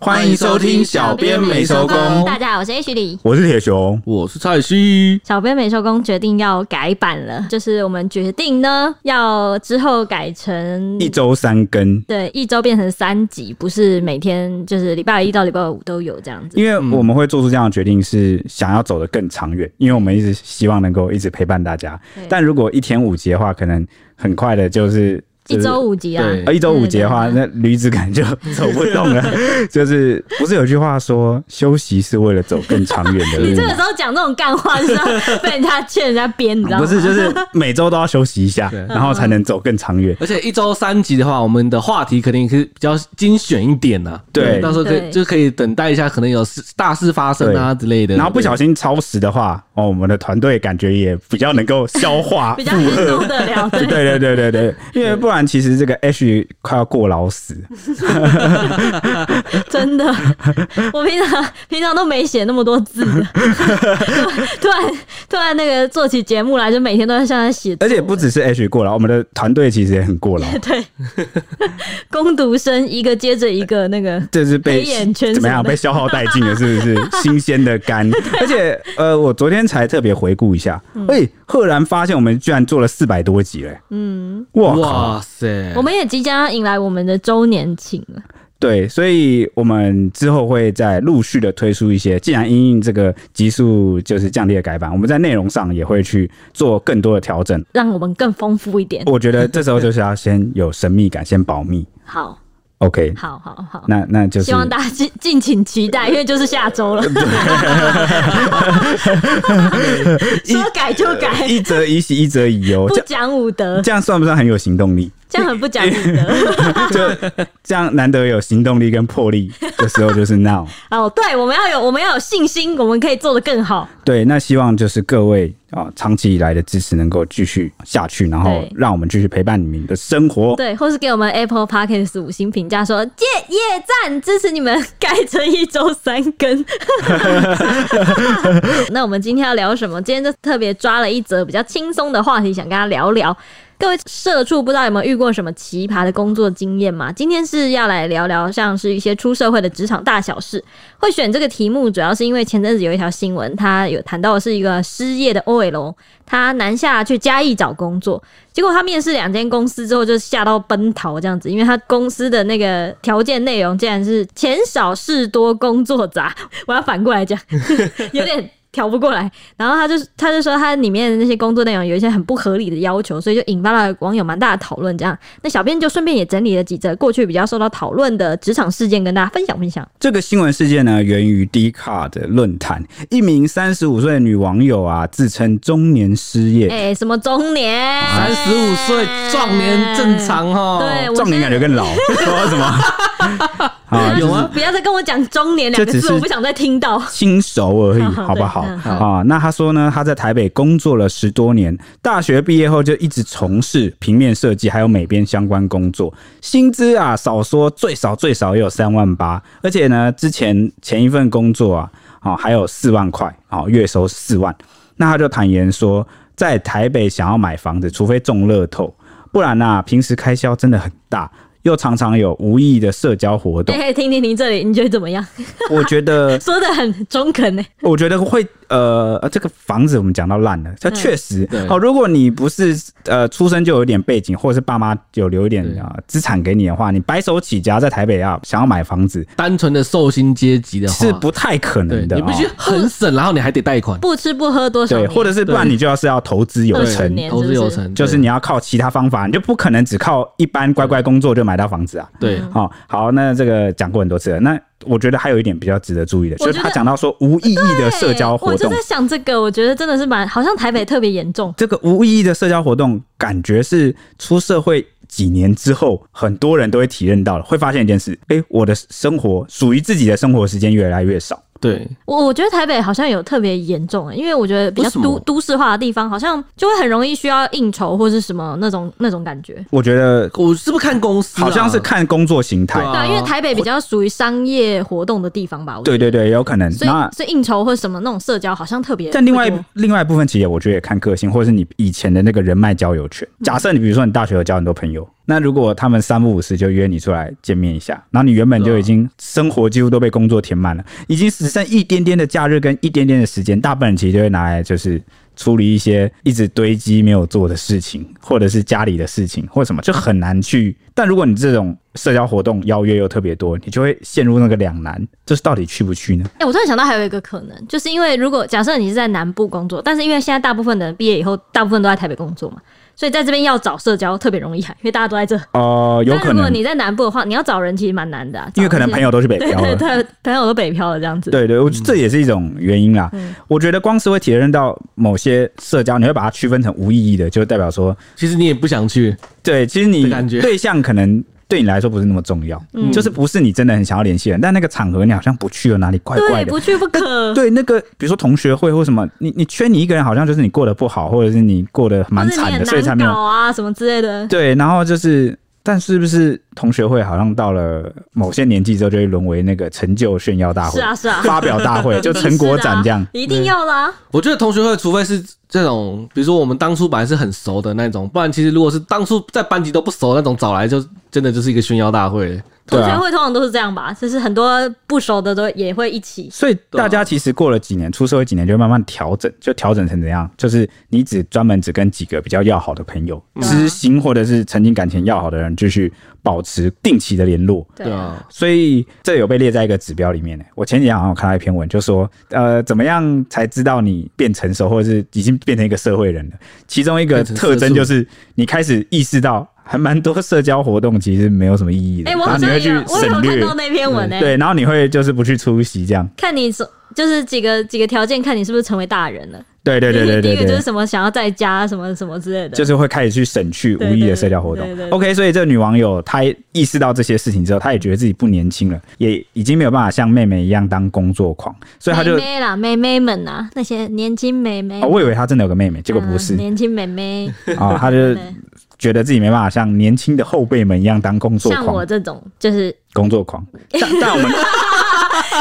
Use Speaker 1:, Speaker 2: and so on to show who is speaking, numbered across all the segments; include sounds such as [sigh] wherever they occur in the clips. Speaker 1: 欢迎收听小编没收工
Speaker 2: 大家好，我是 H 李。
Speaker 3: 我是铁熊，
Speaker 1: 我是蔡西，
Speaker 2: 小编没收工决定要改版了，就是我们决定呢，要之后改成
Speaker 3: 一周三更，
Speaker 2: 对一周变成三集，不是每天就是礼拜一到礼拜五都有这样子。
Speaker 3: 因为我们会做出这样的决定，是想要走得更长远，因为我们一直希望能够一直陪伴大家
Speaker 2: 对。
Speaker 3: 但如果一天五集的话，可能很快的就是。
Speaker 2: 一周五集啊，
Speaker 1: 对
Speaker 3: 呃一周五集的话，
Speaker 2: 对对
Speaker 3: 那驴子感觉就走不动
Speaker 2: [laughs]
Speaker 3: 了。就是不是有句话说，休息是为了走更长远的
Speaker 2: [laughs] 你
Speaker 3: 路
Speaker 2: 这个时候讲这种干话，就是要被人家欠人家编，你知道
Speaker 3: 吗？不
Speaker 2: 吗？
Speaker 3: 是，就是每周都要休息一下
Speaker 1: 对，
Speaker 3: 然后才能走更长远。
Speaker 1: 而且一周三集的话，我们的话题肯定是比较精选一点呐、啊
Speaker 3: 对
Speaker 1: 到时候可
Speaker 2: 对
Speaker 1: 以就可以等待一下，可能有事大事发生啊之类的。
Speaker 3: 然后不小
Speaker 1: 心，
Speaker 3: 心超时的话，哦，我们的团队感觉也比较能够消化
Speaker 2: [laughs] 比较能受得了。对
Speaker 3: 对 [laughs] 对对对对，因为不然其实这个 H 快要过劳死，
Speaker 2: 真的，我平常平常都没写那么多字的，突然突然那个做起节目来，就每天都在像在写作，
Speaker 3: 而且不只是 H 过劳，我们的团队其实也很过劳，
Speaker 2: [laughs] 对，攻读生一个接着一个那个，
Speaker 3: 这是被
Speaker 2: 黑眼圈
Speaker 3: 怎么
Speaker 2: 什么
Speaker 3: 样
Speaker 2: 的
Speaker 3: 被消耗殆尽了，是不是？新鲜的肝，而且呃，我昨天才特别回顾一下，哎、赫然发现我们居然做了四百多集嘞，嗯，哇靠，
Speaker 1: 哇塞，
Speaker 2: 我们也即将要迎来我们的周年庆了。
Speaker 3: 对，所以我们之后会再陆续的推出一些，既然因应这个集数就是降低的改版，我们在内容上也会去做更多的调整。
Speaker 2: 让我们更丰富一点。
Speaker 3: 我觉得这时候就是要先有神秘感，先保密。
Speaker 2: 好，
Speaker 3: OK，
Speaker 2: 好，好，好，
Speaker 3: 哦那那就是
Speaker 2: 希望大家 [laughs] 敬敬请期待，因为就是下周了。 [laughs] 说改就改，
Speaker 3: 一则以喜，一则以忧，
Speaker 2: 不
Speaker 3: 这样
Speaker 2: 讲武德，
Speaker 3: 这样算不算很有行动力？
Speaker 2: 这样很不讲武德。
Speaker 3: 就这样难得有行动力跟魄力的时候，就是 now。
Speaker 2: 哦，对，我们要有，我们要有信心，我们可以做得更好。
Speaker 3: 对，那希望就是各位啊、长期以来的支持能够继续下去，然后
Speaker 2: 对
Speaker 3: 让我们继续陪伴你们的生活。
Speaker 2: 对，或是给我们 Apple Podcast 五星评价，说耶耶赞，支持你们改成一周三更。 [laughs] 那我们今天要聊什么？今天就特别抓了一则比较轻松的话题，想跟大家聊聊。各位社畜，不知道有没有遇过什么奇葩的工作经验吗？今天是要来聊聊，像是一些出社会的职场大小事。会选这个题目，主要是因为前阵子有一条新闻，它有谈到的是一个失业的 OL，他南下去嘉义找工作，结果他面试两间公司之后就吓到奔逃这样子，因为他公司的那个条件内容竟然是钱少事多工作杂， [laughs] 我要反过来讲， [laughs] 有点。调不过来，然后他就他就说他里面的那些工作内容有一些很不合理的要求，所以就引发了网友蛮大的讨论。这样，那小编就顺便也整理了几则过去比较受到讨论的职场事件，跟大家分享分享。
Speaker 3: 这个新闻事件呢，源于 d 卡的论坛，一名三十五岁的女网友啊，自称中年失业，
Speaker 2: 哎、什么中年？
Speaker 1: 三十五岁壮年正。常哦哈，
Speaker 2: 对，我
Speaker 3: 壮年
Speaker 2: 现
Speaker 3: 感
Speaker 2: 在
Speaker 3: 觉
Speaker 2: [laughs]
Speaker 3: 更老，说什么？ [laughs] 啊，
Speaker 1: 有啊，
Speaker 2: 不要再跟我讲中年两个
Speaker 3: 这只
Speaker 2: 字，
Speaker 3: 是
Speaker 2: 我不想再听到。
Speaker 3: 轻熟
Speaker 2: [laughs]
Speaker 3: 而已，
Speaker 2: 好好
Speaker 3: 好不好？
Speaker 2: 对嗯
Speaker 1: 好
Speaker 3: 啊，那他说呢，他在台北工作了十多年，大学毕业后就一直从事平面设计还有美编相关工作，薪资啊，少说最少最少也有三万八，而且呢，之前前一份工作啊，哦，还有四万块，哦，月收四万，那他就坦言说，在台北想要买房子，除非中乐透，不然啊，平时开销真的很大。又常常有无意义的社交活动
Speaker 2: [laughs] 哎、，听听听这里，你觉得怎
Speaker 3: [laughs]
Speaker 2: 么样？
Speaker 3: 我觉得
Speaker 2: 说的很中肯呢、
Speaker 3: [laughs] 我觉得会呃，呃这个房子我们讲到烂了，它
Speaker 2: 嗯
Speaker 3: 确实
Speaker 1: 对
Speaker 3: 哦。如果你不是呃出生就有一点背景，或者是爸妈有留一点
Speaker 1: 对
Speaker 3: 啊、呃资产给你的话，你白手起家在台北啊，想要买房子
Speaker 1: 单纯的寿星阶级的话
Speaker 3: 是不太可
Speaker 1: 对
Speaker 3: 能的
Speaker 1: 你
Speaker 3: 哦
Speaker 1: 必须很省，啊然后你还得贷款，
Speaker 2: 不吃不喝多少
Speaker 3: 对，
Speaker 2: 年？
Speaker 3: 或者是不然
Speaker 1: 对
Speaker 3: 你就要是要投资有
Speaker 2: 二十
Speaker 3: 成，
Speaker 2: 年
Speaker 1: 投资有成，
Speaker 3: 就是你要靠其他方法，你就不可能只靠一般乖乖工作就买到房子啊。
Speaker 1: 对对
Speaker 3: 好、好，那这个讲过很多次了。那我觉得还有一点比较值得注意的，
Speaker 2: 我
Speaker 3: 就
Speaker 2: 觉得
Speaker 3: 是他讲到说无意义的社交
Speaker 2: 哎
Speaker 3: 活
Speaker 2: 我就
Speaker 3: 动
Speaker 2: 在，想这个，我觉得真的是蛮，好像台北特别严重。
Speaker 3: 这个无意义的社交活动，感觉是出社会几年之后，很多人都会体认到了，会发现一件事：诶，我的生活属于自己的生活时间越来越少。
Speaker 1: 对，
Speaker 2: 我我觉得台北好像有特别严重、哎，因为我觉得比较
Speaker 1: 为什么
Speaker 2: 都都市化的地方，好像就会很容易需要应酬或是什么那种那种感觉。
Speaker 3: 我觉得
Speaker 1: 我是不是看公司啊，
Speaker 3: 好像是看工作形态，
Speaker 1: 对啊
Speaker 2: 对啊，因为台北比较属于商业活动的地方吧，我觉得
Speaker 3: 对对对，有可能。
Speaker 2: 所
Speaker 3: 那
Speaker 2: 以所以应酬或什么那种社交好像特别。
Speaker 3: 但另外另外一嗯部分，其实我觉得也看个性，或者是你以前的那个人脉交友圈。假设你比如说你大学有交很多朋友，那如果他们三不五时就约你出来见面一下，然后你原本就已经生活几乎都被工作填满了，已经只剩一点点的假日跟一点点的时间，大部分人其实就会拿来就是处理一些一直堆积没有做的事情，或者是家里的事情或什么，就很难去。但如果你这种社交活动邀约又特别多，你就会陷入那个两难，就是到底去不去呢？
Speaker 2: 哎、我突然想到还有一个可能，就是因为如果假设你是在南部工作，但是因为现在大部分的人毕业以后，大部分都在台北工作嘛，所以在这边要找社交特别容易啊，因为大家都在这。
Speaker 3: 哦、有
Speaker 2: 但
Speaker 3: 可
Speaker 2: 如果
Speaker 3: 能，
Speaker 2: 你在南部的话，你要找人其实蛮难的、啊，
Speaker 3: 因为可能朋友都去北
Speaker 2: 对
Speaker 3: 漂
Speaker 2: 对
Speaker 3: 了。
Speaker 2: 对，朋友都北漂了这样子。
Speaker 3: 对对，我
Speaker 1: 嗯
Speaker 3: 觉得这也是一种原因啦。
Speaker 2: 嗯
Speaker 3: 我觉得光是会体认到某些社交，你会把它区分成无意义的，就代表说，
Speaker 1: 其实你也不想去，
Speaker 3: 对，其实你
Speaker 1: 的感觉
Speaker 3: 对象可能对你来说不是那么重要，
Speaker 2: 嗯
Speaker 3: 就是不是你真的很想要联系人，但那个场合你好像不去了，哪里怪怪
Speaker 2: 对，
Speaker 3: 的。
Speaker 2: 不去不可。
Speaker 3: 对，那个比如说同学会或什么，你你缺你一个人，好像就是你过得不好，或者是你过得蛮
Speaker 2: 或是你
Speaker 3: 惨
Speaker 2: 很
Speaker 3: 的，所以才
Speaker 2: 难
Speaker 3: 没有
Speaker 2: 搞啊，什么之类 [laughs] 的。
Speaker 3: 对，然后就是，但是不是同学会好像到了某些年纪之后，就会沦为那个成就炫耀大会、
Speaker 2: 是啊是啊，
Speaker 3: 发表大
Speaker 2: [laughs]
Speaker 3: 会，就
Speaker 2: 一定是的啊
Speaker 3: 成果展这样。
Speaker 2: 一定要啦。
Speaker 1: 我觉得同学会，除非是这种，比如说我们当初本来是很熟的那种，不然其实如果是当初在班级都不熟那种，找来就真的就是一个炫耀大会。
Speaker 2: 同
Speaker 3: 对啊
Speaker 2: 学会通常都是这样吧，就是很多不熟的都也会一起。
Speaker 3: 所以大家其实过了几年，出社会几年就会慢慢调整，就调整成怎样？就是你只专门只跟几个比较要好的朋友、
Speaker 2: 嗯
Speaker 3: 知心或者是曾经感情要好的人，继续保持定期的联络。
Speaker 1: 对，啊，
Speaker 3: 所以这有被列在一个指标里面呢。我前几天好像有看到一篇文，就说呃，怎么样才知道你变成熟，或者是已经变成一个社会人了？其中一个
Speaker 1: 变成社畜
Speaker 3: 特征就是你开始意识到，还蛮多社交活动其实没有什么意义的，
Speaker 2: 哎、我
Speaker 3: 然后
Speaker 2: 好
Speaker 3: 你
Speaker 2: 像
Speaker 3: 会去
Speaker 2: 也我有
Speaker 3: 省
Speaker 2: 看
Speaker 3: 略
Speaker 2: 到，那篇文诶、哎
Speaker 3: 对，然后你会就是不去出席这样。
Speaker 2: 看你是就是几个几个条件，看你是不是成为大人了。
Speaker 3: 对对对对
Speaker 2: 第一
Speaker 3: 对
Speaker 2: 个就是
Speaker 3: 对。
Speaker 2: 什么想要在家什么什么之类的，
Speaker 3: 就是会开始去省去无意义的社交活动
Speaker 2: 对对对对。对
Speaker 3: OK，所以这个女网友她意识到这些事情之后，她也觉得自己不年轻了，也已经没有办法像妹妹一样当工作狂，所以她就
Speaker 2: 妹妹啦，妹妹们呐，那些年轻妹妹。
Speaker 3: 哦，我以为她真的有个妹妹，结果不
Speaker 2: 嗯
Speaker 3: 是
Speaker 2: 年轻妹妹，
Speaker 3: 啊，她就
Speaker 2: 对
Speaker 3: 觉得自己没办法像年轻的后辈们一样当工作
Speaker 2: 像我
Speaker 3: 狂，
Speaker 2: 这种
Speaker 3: [laughs]
Speaker 2: 就是
Speaker 3: 工作
Speaker 2: [laughs]
Speaker 3: 狂。但但我们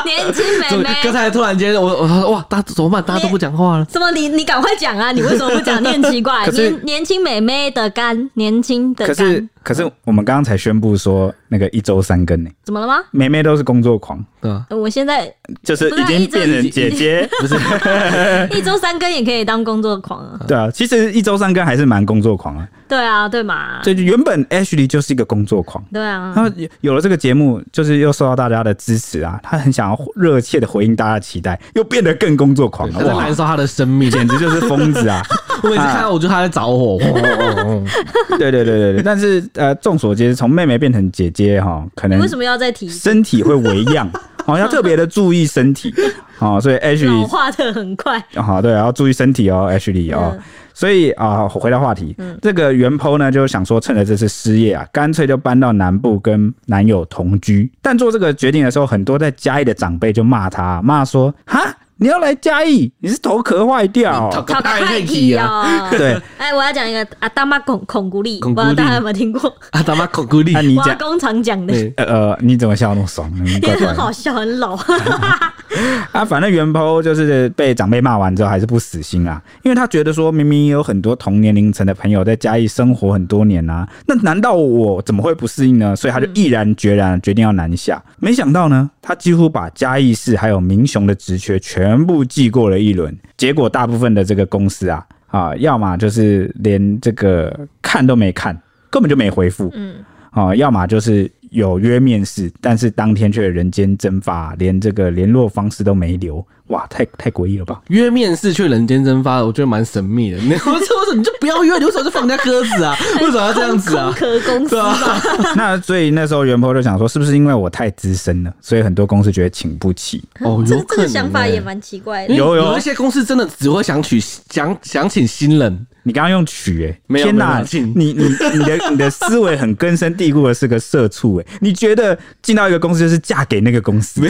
Speaker 2: 年轻妹
Speaker 1: 就
Speaker 2: 妹。
Speaker 1: 刚才突然间，我我说哇，大家怎么办？大家都不讲话了。
Speaker 2: 什么你？你赶快讲啊！你为什么不讲？你很奇
Speaker 3: [laughs]
Speaker 2: 怪。
Speaker 3: 可是
Speaker 2: 年年轻妹妹的肝，年轻的
Speaker 3: 可是
Speaker 2: 肝，
Speaker 3: 可是我们刚刚才宣布说那个一周三更呢，
Speaker 2: 怎么了吗？
Speaker 3: 妹妹都是工作狂，
Speaker 1: 对啊，
Speaker 2: 呃我现在
Speaker 3: 就是
Speaker 2: 啊
Speaker 3: 已经变成姐姐，
Speaker 2: [laughs]
Speaker 3: 不是？呃
Speaker 2: 一周三更也可以当工作狂啊。
Speaker 3: [laughs] 对啊，其实一周三更还是蛮工作狂啊。
Speaker 2: 对啊，对嘛？
Speaker 3: 对，原本 Ashley 就是一个工作狂。
Speaker 2: 对啊，
Speaker 3: 他有了这个节目，就是又受到大家的支持啊，他很想要热切的回应大家的期待，又变得更工作狂
Speaker 1: 他
Speaker 3: 了，
Speaker 1: 在
Speaker 3: 哇
Speaker 1: 燃，烧他的生命。
Speaker 3: 简直就是疯子
Speaker 2: [laughs]
Speaker 3: 啊！
Speaker 1: 我每次看到，我觉得他在着火。 [laughs]
Speaker 3: [laughs] 对对对对对，但是呃，众所皆知，从妹妹变成姐姐哈，可
Speaker 2: 你
Speaker 3: 能
Speaker 2: 为什么要再提？
Speaker 3: 身体会微恙， [laughs] 好、要特别的注意身
Speaker 2: [laughs]
Speaker 3: 体，好、所以
Speaker 2: 老
Speaker 3: Ashley
Speaker 2: 化的很快。
Speaker 3: 好、对，要注意身体哦，Ashley 哦。
Speaker 2: 嗯
Speaker 3: 所以啊、回到话题，这个袁剖呢就想说，趁着这次失业啊，干脆就搬到南部跟男友同居。但做这个决定的时候，很多在嘉义的长辈就骂他，骂说：“哈，你要来嘉义，你是头壳坏掉、
Speaker 1: 头
Speaker 3: 哦。
Speaker 1: 搞
Speaker 2: 超
Speaker 1: 大
Speaker 2: 快
Speaker 1: 人
Speaker 2: 题
Speaker 1: 气
Speaker 2: 哦！
Speaker 3: 对，
Speaker 2: 哎，我要讲一个阿大妈孔孔古力，不
Speaker 1: 孔
Speaker 2: 知
Speaker 1: 古力
Speaker 2: 道大家有没有听过？
Speaker 1: 啊，他妈口孤立
Speaker 3: 那、。你
Speaker 2: 挖
Speaker 3: 讲，
Speaker 2: 工厂讲的，
Speaker 1: 对
Speaker 3: 呃呃，你怎么笑那么爽？你
Speaker 2: 也
Speaker 3: 怪
Speaker 2: [laughs]
Speaker 3: 怪
Speaker 2: 很好
Speaker 3: 的
Speaker 2: 笑，很老。
Speaker 3: 啊！反正袁剖就是被长辈骂完之后，还是不死心啊，因为他觉得说，明明有很多同年龄层的朋友在嘉义生活很多年啊，那难道我怎么会不适应呢？所以他就毅然决然地决定要南下。没想到呢，他几乎把嘉义市还有民雄的职缺全部记过了一轮，结果大部分的这个公司啊啊，要么就是连这个看都没看，根本就没回复，
Speaker 2: 嗯，
Speaker 3: 哦，要么就是有约面试，但是当天却人间蒸发，连这个联络方式都没留，哇，太太诡异了
Speaker 1: [laughs]
Speaker 3: 吧？
Speaker 1: 约面试却人间蒸发，我觉得蛮神秘 [laughs] 的。你我说我说你就不要约，你为什么就放人家鸽子啊？
Speaker 2: 哎
Speaker 1: 为什么要这样子
Speaker 2: 空
Speaker 1: 啊？
Speaker 2: 壳公司
Speaker 1: 对啊，
Speaker 3: 那所以那时候袁坡就想说，是不是因为我太资深了，所以很多公司觉得请不起？
Speaker 1: 哦，
Speaker 2: 这
Speaker 1: 有
Speaker 2: 个 [laughs] 这
Speaker 1: 可能
Speaker 2: 个想法
Speaker 1: 欸
Speaker 2: 也蛮奇怪
Speaker 1: 因
Speaker 2: 的
Speaker 3: 有
Speaker 1: 为。
Speaker 3: 有
Speaker 1: 有一些公司真的只会想取想想请新人，
Speaker 3: 你刚刚用取哎、
Speaker 1: 没有
Speaker 3: 天
Speaker 1: 没
Speaker 3: 哪
Speaker 1: 有，请
Speaker 3: 你你你的你的思维很根深蒂固的是个社畜哎、你觉得进到一个公司就是嫁给那个公司？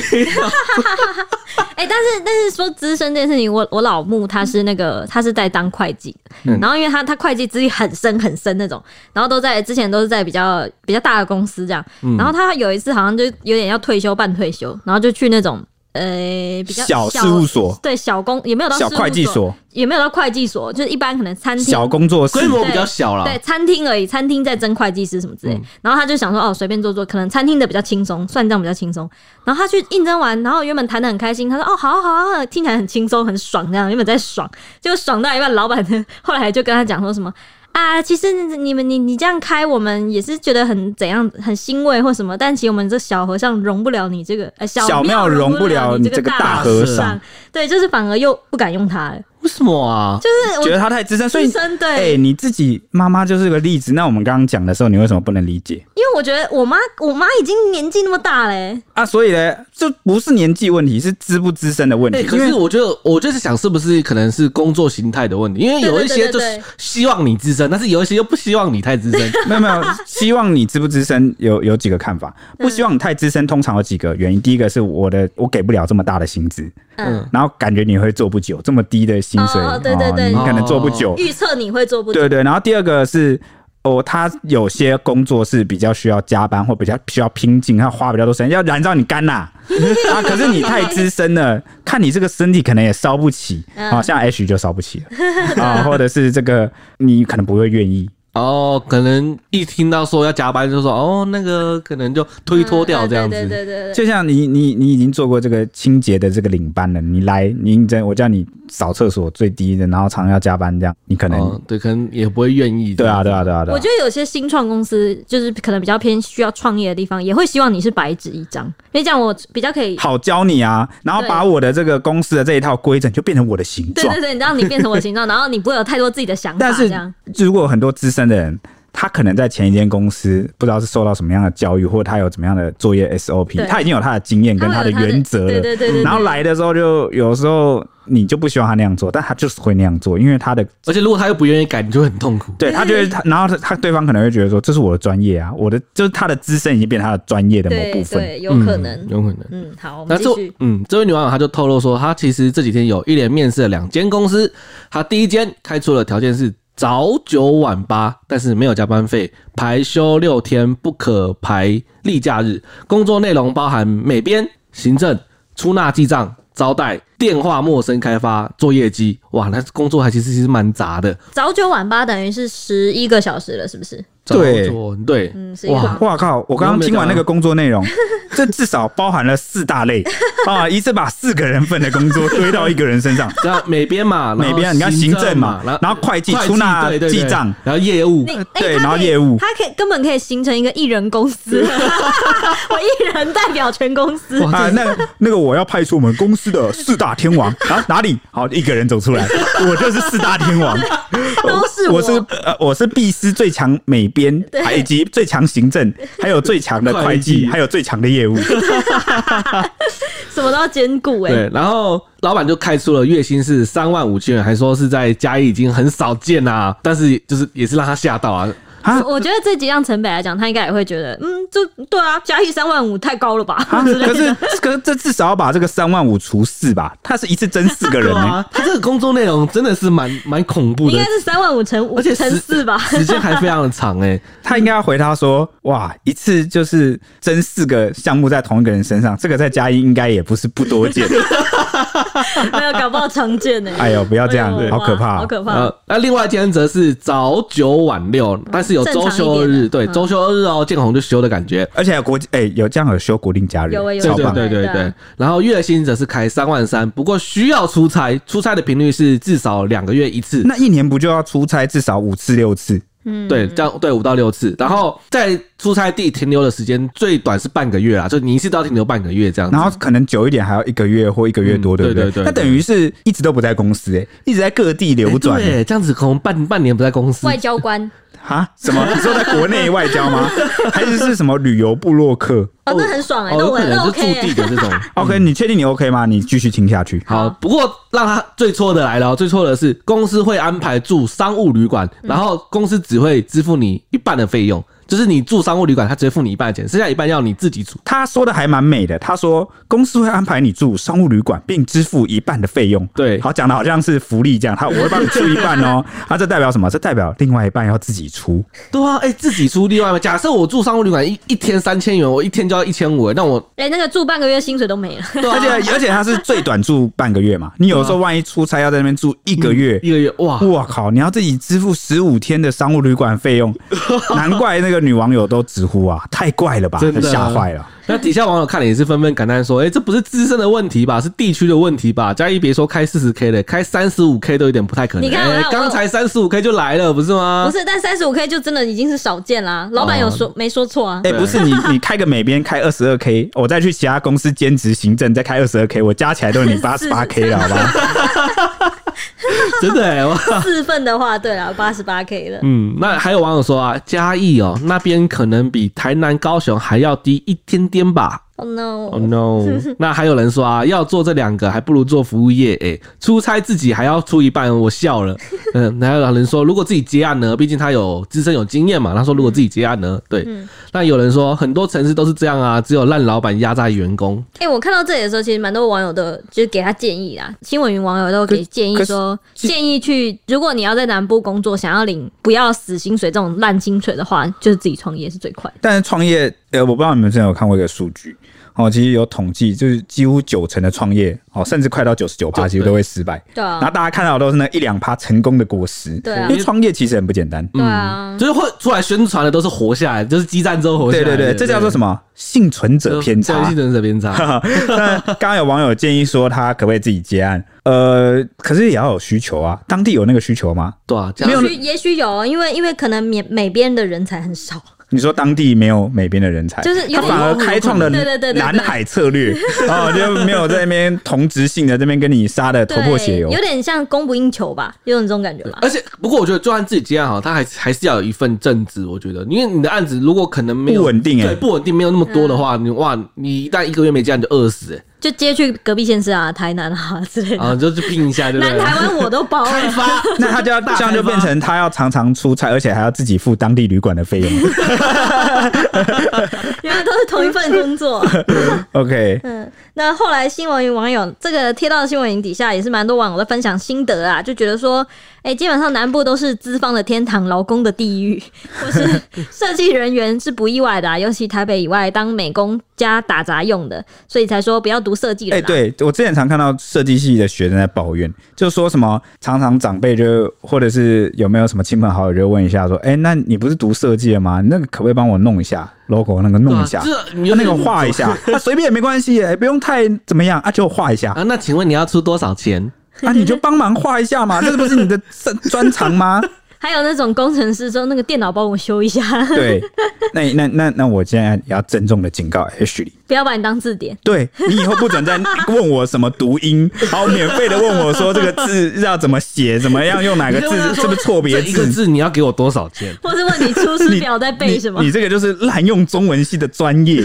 Speaker 2: 哎，但是但是说资深这件事情，我我老木他是那个他是在当会计，
Speaker 1: 嗯
Speaker 2: 然后因为他他会计资历很深很深那种，然后都在之前都是在比较比较大的公司这样，然后他有一次好像就有点要退休半退休，然后就去那种。呃比较
Speaker 3: 小事务所
Speaker 2: 对小工也没有到
Speaker 3: 小
Speaker 2: 事务
Speaker 3: 会计所、
Speaker 2: 也没有到会计所，就是一般可能餐厅
Speaker 3: 小啊工作室
Speaker 1: 规模比较小啦。
Speaker 2: 对餐厅而已，餐厅在争会计师什么之
Speaker 3: 嗯
Speaker 2: 类。然后他就想说，哦，随便做做，可能餐厅的比较轻松，算账比较轻松。然后他去应征完，然后原本谈的很开心，他说，哦，好啊好啊，听起来很轻松很爽，这样原本在爽，结果爽到一半，老板呢后来就跟他讲说什么。啊，其实你们你你这样开，我们也是觉得很怎样，很欣慰或什么。但其实我们这小和尚容不了你这个，呃，
Speaker 3: 小
Speaker 2: 庙
Speaker 3: 庙
Speaker 2: 容
Speaker 3: 容不了
Speaker 2: 你
Speaker 3: 你这个大
Speaker 1: 和
Speaker 2: 和
Speaker 1: 尚。
Speaker 2: 对，就是反而又不敢用它了，
Speaker 1: 为什么啊？
Speaker 2: 就是我
Speaker 3: 觉得他太资深，所以
Speaker 2: 资深对
Speaker 3: 哎、你自己妈妈就是个例子。那我们刚刚讲的时候，你为什么不能理解
Speaker 2: 因为我觉得我妈我妈已经年纪那么大欸嘞、
Speaker 3: 啊？所以呢，这不是年纪问题，是资不资深的问题。
Speaker 1: 哎、可
Speaker 3: 因为
Speaker 1: 是我觉得，我就是想，是不是可能是工作形态的问题？因为有一些
Speaker 2: 对对对
Speaker 1: 就
Speaker 2: 对
Speaker 1: 是希望你资深，但是有一些又不希望你太资深。
Speaker 2: [laughs]
Speaker 3: 没有没有，希望你资不资深有有几个看法，
Speaker 2: 嗯
Speaker 3: 不希望你太资深，通常有几个原因。第一个是我的我给不了这么大的薪资，
Speaker 2: 嗯，
Speaker 3: 然后感觉你会做不久，这么低的薪水，
Speaker 2: 哦对对对哦
Speaker 3: 你可能做不久，
Speaker 2: 预测你会做不
Speaker 3: 对对。然后第二个是。哦，他有些工作是比较需要加班或比较需要拼劲，要花比较多时间，要燃烧你肝
Speaker 2: [laughs]
Speaker 3: 呐、啊。可是你太资深了，看你这个身体可能也烧不起，
Speaker 2: 嗯
Speaker 3: 啊、像 H 就烧不起了啊， [laughs] 或者是这个你可能不会愿意，
Speaker 1: 哦，可能一听到说要加班，就说哦，那个可能就推脱掉这样子。
Speaker 2: 嗯对对对对
Speaker 3: 就像你你你已经做过这个清洁的这个领班了，你来你应征，我叫你扫厕所最低的，然后常要加班这样，你可能、
Speaker 1: 哦，对，可能也不会愿意。
Speaker 3: 对啊对啊对啊
Speaker 2: 对，
Speaker 3: 对
Speaker 2: 我
Speaker 3: 啊
Speaker 2: 觉。得有些新创公司就是可能比较偏需要创业的地方，也会希望你是白纸一张，因为这样我比较可以。
Speaker 3: 好教你啊，然后
Speaker 2: 对
Speaker 3: 把我的这个公司的这一套规整就变成我的形
Speaker 2: 对
Speaker 3: 状
Speaker 2: 对。对，你让你变成我的
Speaker 3: [laughs]
Speaker 2: 形状，然后你不会有太多自己的想法，
Speaker 3: 但
Speaker 2: 这
Speaker 3: 是
Speaker 2: 样
Speaker 3: 如果很多资深的人，他可能在前一间公司不知道是受到什么样的教育，或者他有怎么样的作业 SOP，
Speaker 2: 对
Speaker 3: 他已经有他的经验跟
Speaker 2: 他
Speaker 3: 他的
Speaker 2: 会有
Speaker 3: 原则
Speaker 2: 对
Speaker 3: 了。
Speaker 2: 对对对，
Speaker 3: 然后
Speaker 2: 对
Speaker 3: 来的时候就有时候你就不希望他那样做，但他就是会那样做，因为他的
Speaker 1: 而且如果他又不愿意改，你就会很痛苦。
Speaker 3: 对他觉得他，然后他他对方可能会觉得说，这是我的专业啊，我的就是他的资深已经变成他的专业的某部
Speaker 2: 对
Speaker 3: 分。
Speaker 2: 对，有可
Speaker 1: 嗯
Speaker 2: 能。
Speaker 1: 有可能。
Speaker 2: 嗯，好，我们
Speaker 1: 那
Speaker 2: 继
Speaker 1: 这
Speaker 2: 续。
Speaker 1: 嗯，这位女网友她就透露说，她其实这几天有一连面试了两间公司，她第一间开出了条件是早九晚八，但是没有加班费，排休六天，不可排例假日，工作内容包含美编、行政、出纳记账。招待、电话、陌生开发、作业机，哇，那工作还其实其实蛮杂的。
Speaker 2: 早九晚八等于是十一个小时了，是不是？
Speaker 3: 对
Speaker 1: 早九对，
Speaker 2: 嗯是一个
Speaker 1: 哇
Speaker 2: 行，
Speaker 3: 哇靠！我刚刚听完那个工作内容，这至少包含了四大类啊，一次把四个人份的工作堆到一个人身上。
Speaker 1: 然后美编
Speaker 3: [laughs]
Speaker 1: 嘛，然后
Speaker 3: 每啊边你看行政嘛，
Speaker 1: 然
Speaker 3: 然
Speaker 1: 后
Speaker 3: 后会计、
Speaker 1: 会
Speaker 3: 出纳、
Speaker 1: 对对对
Speaker 3: 记账，
Speaker 1: 然后业务
Speaker 2: 你，哎
Speaker 3: 对
Speaker 2: 他
Speaker 3: 然后
Speaker 2: 可以
Speaker 3: 业务
Speaker 2: 他可以根本可以形成一个艺人公司， [laughs] 我一人代表全公司。
Speaker 1: 哇
Speaker 3: 啊，那那个我要派出我们公司的四大天
Speaker 2: [laughs]
Speaker 3: 王啊，哪里？好，一个人走出来，我就是四大天王，
Speaker 2: [laughs] 都是我
Speaker 3: 我是呃，我是必思最强美编，还以及最强行
Speaker 2: [laughs]
Speaker 3: 政，还有最强的会
Speaker 1: 会
Speaker 3: 计，
Speaker 1: 计
Speaker 3: 还有最强的业务。
Speaker 2: 什么都要兼顾哎、
Speaker 1: 对，然后老板就开出了月薪是三万五千元，还说是在嘉义已经很少见啦、但是就是也是让他吓到啊。
Speaker 3: 啊
Speaker 2: 我我觉得这集让陈北来讲，他应该也会觉得，嗯，这对啊，加一三万五太高了吧？
Speaker 3: 啊！可是，可是这至少要把这个三万五除四吧，他是一次征四个人
Speaker 2: [laughs]
Speaker 1: 对
Speaker 3: 呢、
Speaker 1: 啊，他这个工作内容真的是蛮蛮恐怖的
Speaker 2: 应该，是三万五乘五
Speaker 1: 而且
Speaker 2: 乘
Speaker 1: 时
Speaker 2: 四
Speaker 1: [laughs]
Speaker 2: 吧？
Speaker 1: 时间还非常的长哎、
Speaker 3: 他应该要回他说：“哇，一次就是征四个项目在同一个人身上，这个在嘉义应该也不是不多
Speaker 2: [laughs]
Speaker 3: 见。
Speaker 2: 没有，搞不好常见呢、
Speaker 3: 哎呦，不要这样，
Speaker 2: 哎呦
Speaker 3: 好可
Speaker 2: 哇
Speaker 3: 怕
Speaker 2: [laughs] 好
Speaker 3: 哦！
Speaker 2: 可怕！
Speaker 1: 呃，那另外一天则是早九晚六，但是有周休二日，
Speaker 2: 正常一点的
Speaker 1: 对，
Speaker 2: 嗯
Speaker 1: 周休二日哦，见红就休的感觉。
Speaker 3: 而且有国际哎、有这样有休国定假日，
Speaker 2: 有欸有欸
Speaker 3: 超
Speaker 1: 对
Speaker 2: 好
Speaker 1: 对
Speaker 3: 棒！
Speaker 1: 对对
Speaker 2: 对啊
Speaker 1: 对，然后月薪则是开三万三，不过需要出差，出差的频率是至少两个月一次。
Speaker 3: 那一年不就要出差至少五次六次？
Speaker 2: 嗯
Speaker 1: 对，这样对五到六次，然后在出差地停留的时间最短是半个月啊，就你一次都要停留半个月这样子。
Speaker 3: 然后可能久一点还要一个月或一个月多，
Speaker 1: 嗯
Speaker 3: 不
Speaker 1: 对对对对
Speaker 3: 那等于是一直都不在公司、哎，一直在各地流转、
Speaker 1: 哎对，这样子可能半半年不在公司
Speaker 2: 外，交官
Speaker 3: 啊？什么？你说在国内外交
Speaker 1: [laughs]
Speaker 3: 吗？还是是什么旅游部落客
Speaker 2: 哦，那很爽哎、
Speaker 1: 哦，
Speaker 2: 那
Speaker 1: 有
Speaker 2: 我
Speaker 1: 可
Speaker 2: 那
Speaker 1: 能是驻
Speaker 2: OK
Speaker 1: 地
Speaker 2: 欸、
Speaker 1: 的
Speaker 2: [laughs]
Speaker 1: 这种。
Speaker 3: ？OK，你确定你 OK 吗？你继续听下去。
Speaker 1: 好，不过让他最错的来了哦，最错的
Speaker 2: 嗯
Speaker 1: 是公司会安排住商务旅馆，然后公司只会支付你一半的费用，就是你住商务旅馆，他直接付你一半的钱，剩下一半要你自己煮。
Speaker 3: 他说的还蛮美的，他说公司会安排你住商务旅馆，并支付一半的费用。
Speaker 1: 对
Speaker 3: 好讲的好像是福利这样，他我会帮你出一半哦。 [laughs] 他这代表什么？这代表另外一半要自己出。
Speaker 1: 对啊，哎、自己出另外。假设我住商务旅馆一一天三千元，我一天就要一千五，那
Speaker 2: [laughs]
Speaker 1: 我
Speaker 2: 哎、那个住半个月薪水都没了，
Speaker 1: 对啊
Speaker 3: 而且而且他是最短住半个月嘛，你有时候万一出差要在那边住一个月。
Speaker 1: 一个月哇，
Speaker 3: 我靠！你要自己支付十五天的商务旅馆费用，难怪那个女网友都直呼啊，太怪了吧，
Speaker 1: 真的
Speaker 3: 吓坏了。
Speaker 1: 那底下网友看了也是纷纷感叹说：“哎、这不是自身的问题吧？是地区的问题吧？嘉义别说开四十 K 了，开三十五 K 都有点不太可能。
Speaker 2: 你看我
Speaker 1: 哎
Speaker 2: 看我
Speaker 1: 刚、才三十五 K 就来了，不是吗？
Speaker 2: 不是，但三十五 K 就真的已经是少见啦。老板有说、没说错啊？
Speaker 3: 哎、不是你，你开个美编开二十二 k，我再去其他公司兼职行政再开二十二 k，我加起来都有你八十八 k 了，好 [laughs] 吧？
Speaker 1: 真的、
Speaker 2: [laughs]
Speaker 1: 哎哇
Speaker 2: 四份的话，对了，八十八 K 了。
Speaker 1: 嗯，那还有网友说啊，嘉义哦那边可能比台南、高雄还要低一点点吧。
Speaker 2: Oh no！
Speaker 1: Oh no！那
Speaker 2: [laughs]
Speaker 1: 还有人说啊，要做这两个，还不如做服务业。哎、出差自己还要出一半，我笑
Speaker 2: [laughs]
Speaker 1: 了。嗯，还有人说，如果自己接案呢，毕竟他有资深有经验嘛。他说，如果自己接案
Speaker 2: 嗯
Speaker 1: 呢，对。那有人说，很多城市都是这样啊，只有烂老板压榨员工。
Speaker 2: 哎、我看到这里的时候，其实蛮多网友都就是给他建议啦。新闻云网友都给建议说，建议去如果你要在南部工作，想要领不要死薪水这种烂薪水的话，就是自己创业是最快的。
Speaker 3: 但是创业，呃，我不知道你们之前有看过一个数据哦，其实有统计，就是几乎九成的创业哦，甚至快到九十九趴，其实都会失败。
Speaker 2: 对
Speaker 3: 然后
Speaker 2: 啊，
Speaker 3: 大家看到的都是那一两趴成功的果实，
Speaker 2: 对啊
Speaker 3: 因为创业其实很不简单。
Speaker 2: 对啊，
Speaker 1: 嗯就是会出来宣传的都是活下来，就是激战之后活下
Speaker 3: 对
Speaker 1: 来的。
Speaker 3: 对对，这叫做什
Speaker 1: 么
Speaker 3: 么幸存者偏差
Speaker 1: 性。人者
Speaker 3: [laughs]
Speaker 1: 偏差。
Speaker 3: 那刚刚有网友建议说，他可不可以自己接案？呃，可是也要有需求啊，当地有那个需求吗？
Speaker 1: 对啊，这
Speaker 2: 也
Speaker 1: 样
Speaker 2: 许也许有，啊因为因为可能美美编的人才很少，
Speaker 1: 啊
Speaker 3: 你说当地没有美编的人才，
Speaker 2: 就是有
Speaker 3: 他
Speaker 2: 点
Speaker 3: 反而开创了
Speaker 2: 对对对对对
Speaker 3: 南海策
Speaker 2: [laughs]
Speaker 3: 略啊，就没有在那边同质性的这边跟你杀的头破血
Speaker 2: 对，
Speaker 3: 流
Speaker 2: 有。点像供不应求吧，有种这种感觉吧。
Speaker 1: 而且，不过我觉得，就算自己接案好，他还是还是要有一份正职。我觉得，因为你的案子如果可能没有
Speaker 3: 不稳定欸
Speaker 1: 对，不稳定没有那么多的话，你哇，你一旦一个月没接案就饿死、欸，
Speaker 2: 就接去隔壁县市啊、台南啊之类的。
Speaker 1: 啊，就去拼一下，对不
Speaker 2: 南
Speaker 1: 对？
Speaker 2: 台湾我都包
Speaker 1: 开 [laughs]
Speaker 2: 了，
Speaker 1: 发，
Speaker 3: 那他就要
Speaker 1: 大
Speaker 3: 这样就
Speaker 1: 开发
Speaker 3: 变成他要常常出差，而且还要自己付当地旅馆的费
Speaker 2: [laughs]
Speaker 3: 用。
Speaker 2: 原来都是同一份工作。
Speaker 3: OK，
Speaker 2: 嗯，那后来新闻云网友这个贴到的新闻云底下也是蛮多网友在分享心得啊，就觉得说，哎、基本上南部都是资方的天堂，劳工的地狱， [laughs] 或是设计人员是不意外的、啊，尤其台北以外当美工加打杂用的，所以才说不要读设计了
Speaker 3: 哎、
Speaker 1: 啊
Speaker 2: 啦。
Speaker 3: 对我之前常看到设计系的学生在抱怨，就说什么常常长辈就或者是有没有什么亲朋好友就问一下说，哎、那你不是读设计的吗？你那个可不可以帮我弄一下 logo 那个弄一下？
Speaker 1: 对啊这你
Speaker 3: 啊那
Speaker 1: 就
Speaker 3: 个画一下，啊，随便也没关系耶，不用太怎么样啊，就画一下
Speaker 1: 啊。那请问你要出多少钱？
Speaker 3: 啊，你就帮忙画一下嘛，这不是你的专专长吗？
Speaker 2: 还有那种工程师说那个电脑帮我修一下， [laughs]
Speaker 3: 对，那那那那我现在也要郑重的警告 H 里，
Speaker 2: 不要把你当字典。
Speaker 3: 对你以后不准再问我什么读音， [laughs] 然后免费的问我说这个字要怎么写，怎么样用哪个
Speaker 1: 你就问
Speaker 3: 字，
Speaker 1: 他
Speaker 3: 是
Speaker 1: 说
Speaker 3: 不是错别
Speaker 1: 这一个
Speaker 3: 字？
Speaker 1: 字你要给我多少钱？
Speaker 2: 或是问你出师
Speaker 3: 你
Speaker 2: 表在背什么
Speaker 3: 你？你这个就是滥用中文系的专
Speaker 1: [laughs]
Speaker 3: 业。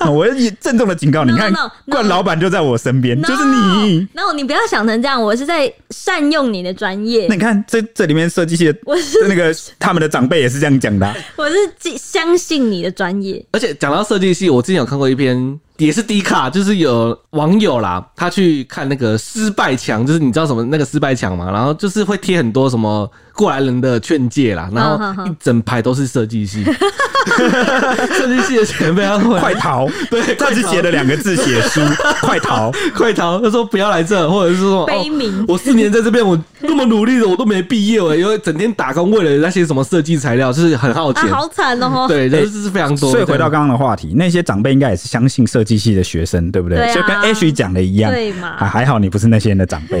Speaker 3: 啊我也郑重的警告你，
Speaker 2: No,
Speaker 3: 看
Speaker 2: no, no.
Speaker 3: 冠老板就在我身边，就是你。
Speaker 2: No，你不要想成这样，我是在善用你的专业
Speaker 3: 那。你看这这里面设计系
Speaker 1: [laughs]
Speaker 3: 的
Speaker 2: 我是
Speaker 3: 那个他们的长辈也是这样讲的啊、
Speaker 2: 我是既相信你的专业，
Speaker 1: 而且讲到设计系，我之前有看过一篇，也是低卡，就是有网友啦，他去看那个失败墙，就是你知道什么那个失败墙嘛，然后就是会贴很多什么过来人的劝诫啦，然
Speaker 2: 好好
Speaker 1: 后
Speaker 2: 好
Speaker 1: 一整排都是设计系，设计系的前辈他过来
Speaker 3: 快逃！
Speaker 1: 对
Speaker 3: 他只
Speaker 1: 快逃
Speaker 3: 写了两个字，写
Speaker 1: [laughs]
Speaker 3: 书，快逃！
Speaker 1: 快逃！他说不要来这，或者是说
Speaker 2: 悲鸣
Speaker 1: 哦。我四年在这边，我那么努力的，我都没毕业，我因为整天打工，为了那些什么设计材料，就是很耗
Speaker 2: 啊，
Speaker 1: 钱。
Speaker 2: 好惨哦！
Speaker 1: 对，这是非常多。
Speaker 3: 所以回到刚刚的话题，那些长辈应该也是相信设计系的学生，对不对？
Speaker 2: 对啊
Speaker 3: 就跟 H 讲的一样，
Speaker 2: 对嘛
Speaker 3: 啊还好你不是那些人的
Speaker 2: [laughs]
Speaker 3: 长辈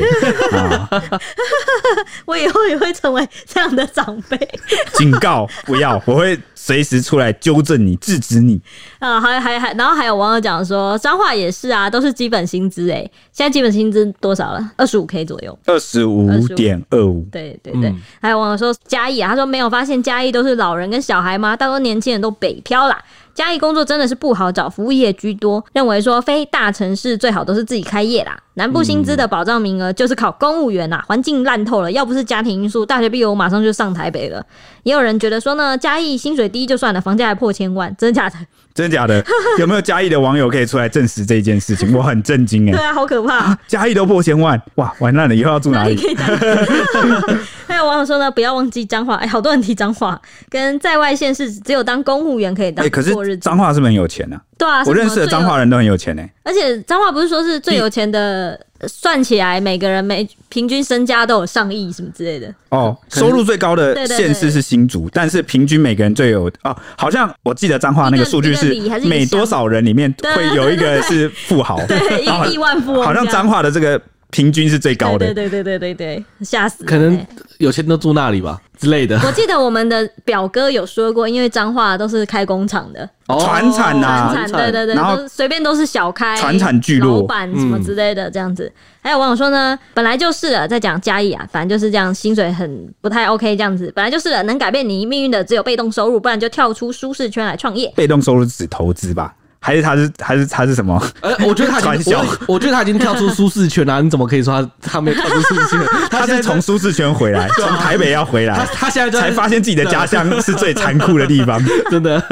Speaker 3: 啊！
Speaker 2: 我以后也会成为这样的长辈 [laughs]
Speaker 3: 警告不要，我会随时出来纠正你、制止你。
Speaker 2: 啊！还还还，然后还有网友讲说，彰化也是啊，都是基本薪资哎、现在基本薪资多少了？二十五 K 左右。
Speaker 3: 二十五点二五，
Speaker 2: 对对对，
Speaker 1: 嗯
Speaker 2: 还有网友说嘉义啊，他说没有发现嘉义都是老人跟小孩吗？大多年轻人都北漂啦。嘉义工作真的是不好找，服务业居多。认为说非大城市最好都是自己开业啦。南部薪资的保障名额就是考公务员啊啦，环境烂透了，要不是家庭因素，大学毕业我马上就上台北了。也有人觉得说呢，嘉义薪水低就算了，房价还破千万，真的假的？
Speaker 3: 真假的？有没有嘉义的网友可以出来证实这件事情？
Speaker 2: [laughs]
Speaker 3: 我很震惊哎、
Speaker 2: 对啊，好可怕、
Speaker 3: 嘉义都破千万，哇，完蛋了，以后要住哪里？
Speaker 2: 可以打。还有网友说呢，不要忘记彰化，哎、好多人提彰化，跟在外县市只有当公务员可以
Speaker 3: 哎、
Speaker 2: 当
Speaker 3: 可
Speaker 2: 过日
Speaker 3: 是
Speaker 2: 子。
Speaker 3: 彰化是不是很有钱啊？
Speaker 2: 对啊，
Speaker 3: 我
Speaker 2: 是什么
Speaker 3: 认识的
Speaker 2: 最有
Speaker 3: 彰化人都很有钱哎、
Speaker 2: 而且彰化不是说是最有钱的，算起来每个人每平均身家都有上亿什么之类的。
Speaker 3: 哦，
Speaker 1: 可能
Speaker 3: 收入最高的
Speaker 2: 对对对
Speaker 3: 县市是新竹，但是平均每个人最有哦，好像我记得彰化那个数据
Speaker 2: 一
Speaker 3: 是
Speaker 2: 个里还是一个啊
Speaker 3: 每多少人里面
Speaker 2: 乡
Speaker 3: 会有一个是富豪，
Speaker 2: 啊对，
Speaker 3: 然后
Speaker 2: 亿亿万富翁这样，
Speaker 3: 好像彰化的这个平均是最高的。
Speaker 2: 对对对对对对对，吓死人
Speaker 1: 可能
Speaker 2: 欸
Speaker 1: 有钱都住那里吧之类的。
Speaker 2: 我记得我们的表哥有说过，因为彰化都是开工厂的，
Speaker 1: 哦
Speaker 3: 传产啊呐
Speaker 2: 船啊产，对对对，
Speaker 3: 然后
Speaker 2: 都随便都是小开
Speaker 3: 船产聚落
Speaker 2: 老板什么之类的这样子。还有网友说呢，本来就是了，在讲嘉义啊，反正就是这样，薪水很不太 OK 这样子，本来就是了，能改变你命运的只有被动收入，不然就跳出舒适圈来创
Speaker 3: [laughs]
Speaker 2: 业。
Speaker 3: 被动收入只投资吧，还是他是还是他是什么？
Speaker 1: 呃，我觉得他已
Speaker 3: [laughs]
Speaker 1: 经，
Speaker 3: 传
Speaker 1: 我我觉得他已经跳出舒适圈了、啊你怎么可以说他他没有跳出舒适
Speaker 3: [laughs]
Speaker 1: 圈？
Speaker 3: 他
Speaker 1: 现在啊
Speaker 3: 是从舒适圈回来，从台北要回
Speaker 1: 他
Speaker 3: 来，
Speaker 1: 他现在就在
Speaker 3: 才发现自己的家乡是最残酷的地方
Speaker 1: 真的，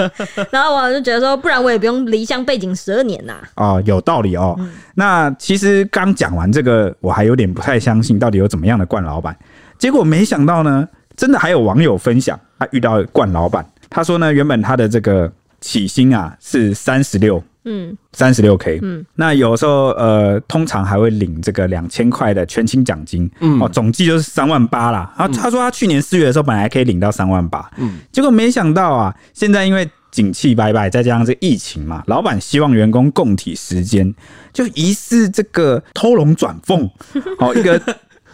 Speaker 2: 然后网友就觉得说，不然我也不用离乡背井十二年呐、
Speaker 3: 哦，有道理哦。那其实刚讲完这个，我还有点不太相信到底有怎么样的冠老板，结果没想到呢，真的还有网友分享他遇到冠老板，他说呢，原本他的这个起薪啊是三十六。
Speaker 2: 嗯，
Speaker 3: 三十六 k，嗯，那有时候呃，通常还会领这个两千块的全勤奖金，
Speaker 1: 嗯
Speaker 3: 哦，总计就是三万八啦。啊，他说他去年四月的时候本来可以领到三万八，
Speaker 1: 嗯
Speaker 3: 嗯，结果没想到啊，现在因为景气拜拜，再加上这疫情嘛，老板希望员工共体时间，就疑似这个偷龙转凤，哦，一个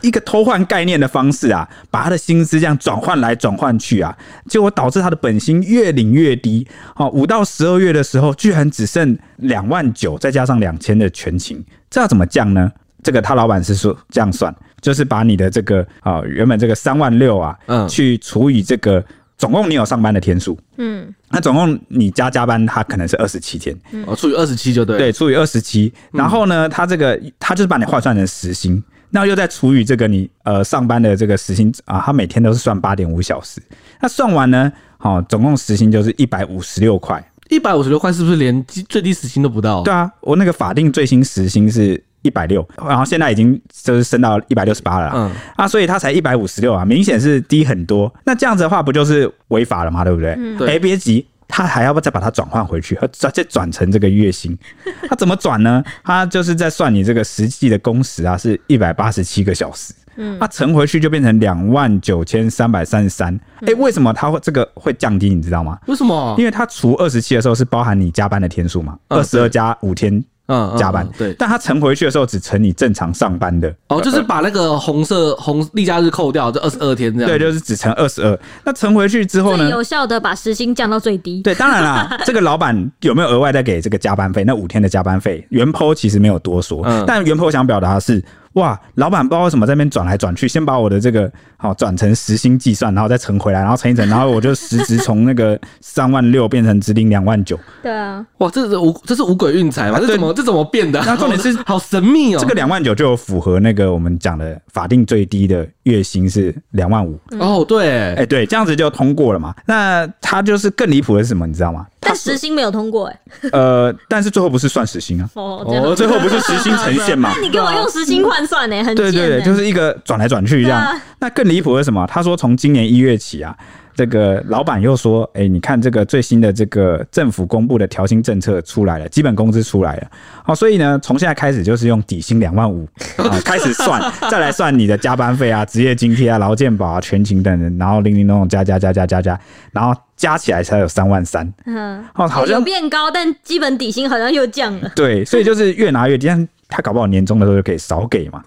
Speaker 3: 一个偷换概念的方式啊，把他的薪资这样转换来转换去啊，结果导致他的本薪越领越低。哦，五到十二月的时候，居然只剩两万九，再加上两千的全勤，这要怎么降呢？这个他老板是说这样算，就是把你的这个啊、哦原本这个三万六啊，
Speaker 1: 嗯
Speaker 3: 去除以这个总共你有上班的天数，
Speaker 2: 嗯，
Speaker 3: 那总共你加加班，他可能是二十七天，
Speaker 1: 哦，除以二十七就对。嗯
Speaker 3: 对，除以二十七，然后呢，他这个他就是把你换算成时薪，那又再除以这个你呃上班的这个时薪啊，他每天都是算八点五小时，那算完呢，好、总共时薪就是一百五十六块。
Speaker 1: 一百五十六块是不是连基最低时薪都不到？
Speaker 3: 对啊，我那个法定最新时薪是一百六，然后现在已经就是升到一百六十八了啦。
Speaker 1: 嗯
Speaker 3: 啊，所以他才一百五十六啊，明显是低很多。那这样子的话，不就是违法了吗？对不对？
Speaker 1: 对
Speaker 3: 哎、别急，他还要不再把它转换回去，再再转成这个月薪。 [laughs] 他怎么转呢？他就是在算你这个实际的工时啊，是一百八十七个小时。嗯，他乘回去就变成两万九千三百三十三。哎，为什么他会这个会降低？你知道吗？
Speaker 1: 为什么？哦
Speaker 3: 因为他除二十七的时候是包含你加班的天数嘛，
Speaker 1: 嗯
Speaker 3: 二十二加五天
Speaker 1: 嗯
Speaker 3: 加班
Speaker 1: 嗯，对。
Speaker 3: 但他乘回去的时候只乘你正常上班的，
Speaker 1: 哦，就是把那个红色红例假日扣掉，就二十二天这样。
Speaker 3: 对，就是只乘二十二。那乘回去之后
Speaker 2: 最
Speaker 3: 呢？
Speaker 2: 有效的把时薪降到最低。
Speaker 3: 对，当然啦，这个老板有没有额外再给这个加班费？那五天的加班费，原 PO 其实没有多说，
Speaker 1: 嗯
Speaker 3: 但原 PO 想表达的是，哇，老板不知道为什么在那边转来转去，先把我的这个好转成时薪计算，然后再乘回来，然后乘一乘，然后我就实值从那个三万六变成只领两万九，
Speaker 2: 对啊，
Speaker 1: 哇，这是无这是无鬼运财嘛？这
Speaker 3: 对
Speaker 1: 怎么这怎么变的啊？
Speaker 3: 那重点是
Speaker 1: 好好神秘哦。
Speaker 3: 这个两万九就有符合那个我们讲的法定最低的月薪是两万五，
Speaker 1: 哦，对。
Speaker 3: 哎，，对，这样子就通过了嘛。那他就是更离谱的是什么，你知道吗？
Speaker 2: 但时薪没有通过哎、
Speaker 3: 呃，但是最后不是算时薪啊，
Speaker 2: 哦，这样
Speaker 3: 哦，最后不是时薪呈现嘛？
Speaker 2: 你给我用时薪换算呢、很贱、
Speaker 3: 对
Speaker 2: 欸。
Speaker 3: 对对，就是一个转来转去这样。
Speaker 2: 对啊
Speaker 3: 那更离谱的是什么？他说从今年一月起啊，这个老板又说，哎、你看这个最新的这个政府公布的调薪政策出来了，基本工资出来了，好、所以呢，从现在开始就是用底薪两
Speaker 2: [laughs]
Speaker 3: 万五啊开始算，再来算你的加班费啊、职业津贴啊、劳健保啊、全勤等等，然后零零总总加加加加加加，然后加起来才有三万三。
Speaker 2: 嗯，
Speaker 3: 哦，好像
Speaker 2: 有变高，但基本底薪好像又降
Speaker 3: [laughs]
Speaker 2: 了。
Speaker 3: 对，所以就是越拿越低，但他搞不好年终的时候就可以少给嘛。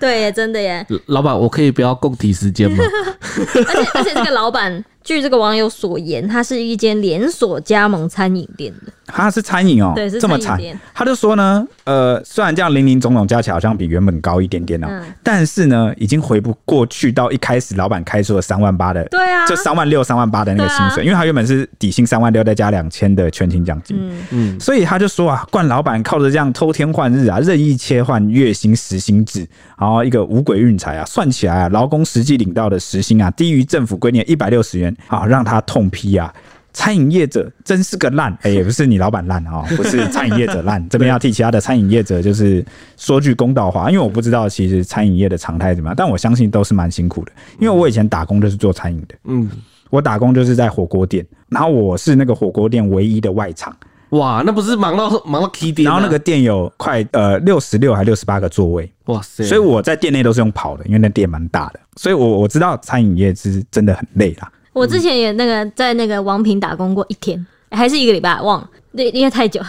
Speaker 2: 对耶，真的耶
Speaker 1: 老老板，我可以不要供体时间吗？
Speaker 2: 而且而且这个老板据这个网友所言，它是一间连锁加盟餐饮店的。
Speaker 3: 他是餐饮哦、
Speaker 2: 对是
Speaker 3: 这么
Speaker 2: 餐饮
Speaker 3: 惨
Speaker 2: 店。
Speaker 3: 他就说呢，呃，虽然这样零零总总加起来好像比原本高一点点哦、
Speaker 2: 嗯
Speaker 3: 但是呢，已经回不过去到一开始老板开出了三万八的，
Speaker 2: 对啊，
Speaker 3: 就三万六、三万八的那个薪水，
Speaker 2: 对啊
Speaker 3: 因为他原本是底薪三万六再加两千的全勤奖金。
Speaker 2: 嗯，
Speaker 1: 嗯，
Speaker 3: 所以他就说啊，冠老板靠着这样偷天换日啊，任意切换月薪、时薪制，然后一个五鬼运财啊，算起来啊，劳工实际领到的时薪啊，低于政府规定一百六十元啊，让他痛批啊。餐饮业者真是个烂，哎、也不是你老板烂啊，不是餐饮业者烂，这边要替其他的餐饮业者就是说句公道话，因为我不知道其实餐饮业的常态怎么样，但我相信都是蛮辛苦的，因为我以前打工就是做餐饮的，
Speaker 1: 嗯，
Speaker 3: 我打工就是在火锅店，然后我是那个火锅店唯一的外场。
Speaker 1: 哇，那不是忙到忙到 K 啊 D，
Speaker 3: 然后那个店有快呃六十六还六十八个座位，
Speaker 1: 哇塞，
Speaker 3: 所以我在店内都是用跑的，因为那店蛮大的，所以我我知道餐饮业是真的很累啦。
Speaker 2: 我之前也那个在那个王平打工过一天，还是一个礼拜，忘了，对，因为太久，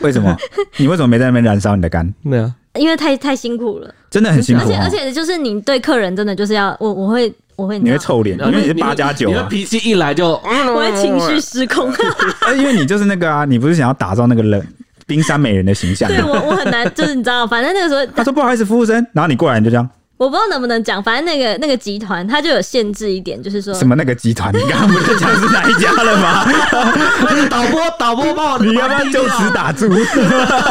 Speaker 3: 为什么？你为什么没在那边燃烧你的肝？
Speaker 1: 那样
Speaker 2: 因为太太辛苦了，
Speaker 3: 真的很辛苦、
Speaker 2: 而且
Speaker 3: 哦，
Speaker 2: 而且就是你对客人真的就是要我我会我会
Speaker 3: 你
Speaker 2: 知
Speaker 3: 会
Speaker 2: 道
Speaker 3: 臭脸，因为你是八加九
Speaker 1: 你的
Speaker 3: 啊，
Speaker 1: 脾气一来就，我
Speaker 2: 我会情绪失控，
Speaker 3: [laughs] 呃因为你就是那个啊，你不是想要打造那个冷冰山美人的形象吗？
Speaker 2: [laughs] 对啊我我很难，就是你知道，反正那个时候
Speaker 3: 他说不好意思，服务生，然后你过来你就这样，
Speaker 2: 我不知道能不能讲，反正那个那个集团它就有限制一点，就是说
Speaker 3: 什么那个集团，你刚刚不是讲是哪一家了吗？
Speaker 1: 嗯导播导播帮我，
Speaker 3: 你要不要就此打住？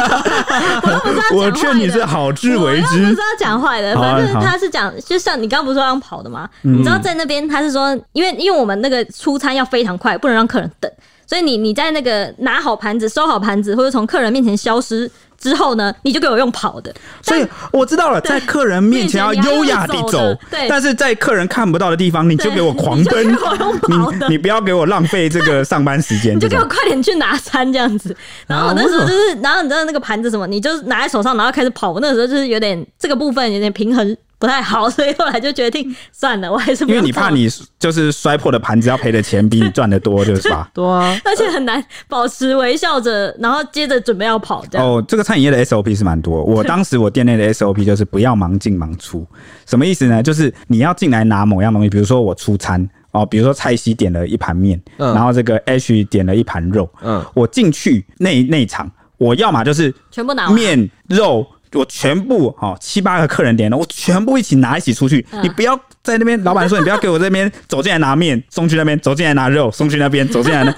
Speaker 3: [laughs] 我
Speaker 2: 我又不是要讲
Speaker 3: 劝
Speaker 2: 坏
Speaker 3: 你
Speaker 2: 的
Speaker 3: 是好自
Speaker 2: 我
Speaker 3: 为
Speaker 2: 又
Speaker 3: 之
Speaker 2: 不是。要讲坏的，
Speaker 3: 好啊
Speaker 2: 反正就是
Speaker 3: 好嗯
Speaker 2: 他是讲，就像你刚刚不是说让跑的吗？你知道在那边他是说，因为因为我们那个出餐要非常快，不能让客人等，所以你你在那个拿好盘子、收好盘子，或者从客人面前消失之后呢，你就给我用跑的。
Speaker 3: 所以我知道了，在客人面前要优雅地走
Speaker 2: 面前你要用走的，对
Speaker 3: 但是在客人看不到的地方，你就
Speaker 2: 对
Speaker 3: 给我狂奔
Speaker 2: 你就给我用，跑
Speaker 3: 你
Speaker 2: 的
Speaker 3: 你不要给我浪费这个上班时间，
Speaker 2: 你就
Speaker 3: 这
Speaker 2: 给我
Speaker 3: 种。
Speaker 2: 快点去拿餐这样子，然后我
Speaker 1: 啊
Speaker 2: 那时候
Speaker 1: 为什么
Speaker 2: 就是，然后你知道那个盘子什么，你就拿在手上，然后开始跑。我那时候就是有点这个部分有点平衡不太好，所以后来就决定算了，我还是不
Speaker 3: 因
Speaker 2: 要
Speaker 3: 为你怕
Speaker 2: 跑了
Speaker 3: 你就是摔破的盘子要赔的钱比你赚的
Speaker 2: [laughs]
Speaker 3: 多，就是吧？
Speaker 1: 对啊，
Speaker 2: 而且很难保持微笑着，然后接着准备要跑这样。
Speaker 3: 哦，这个餐饮业的 SOP 是蛮多。我当时我店内的 SOP 就是不要盲进盲出，什么意思呢？就是你要进来拿某样东西，比如说我出餐哦，比如说蔡西点了一盘面，
Speaker 1: 嗯
Speaker 3: 然后这个 H 点了一盘肉，
Speaker 1: 嗯
Speaker 3: 我进去那那一场，我要么就是
Speaker 2: 全部拿完
Speaker 3: 面肉。我全部哦，七八个客人点了，我全部一起拿一起出去。你不要在那边，老板说你不要给我这边走进来拿面，送去那边走进来拿肉，送去那边走进来那。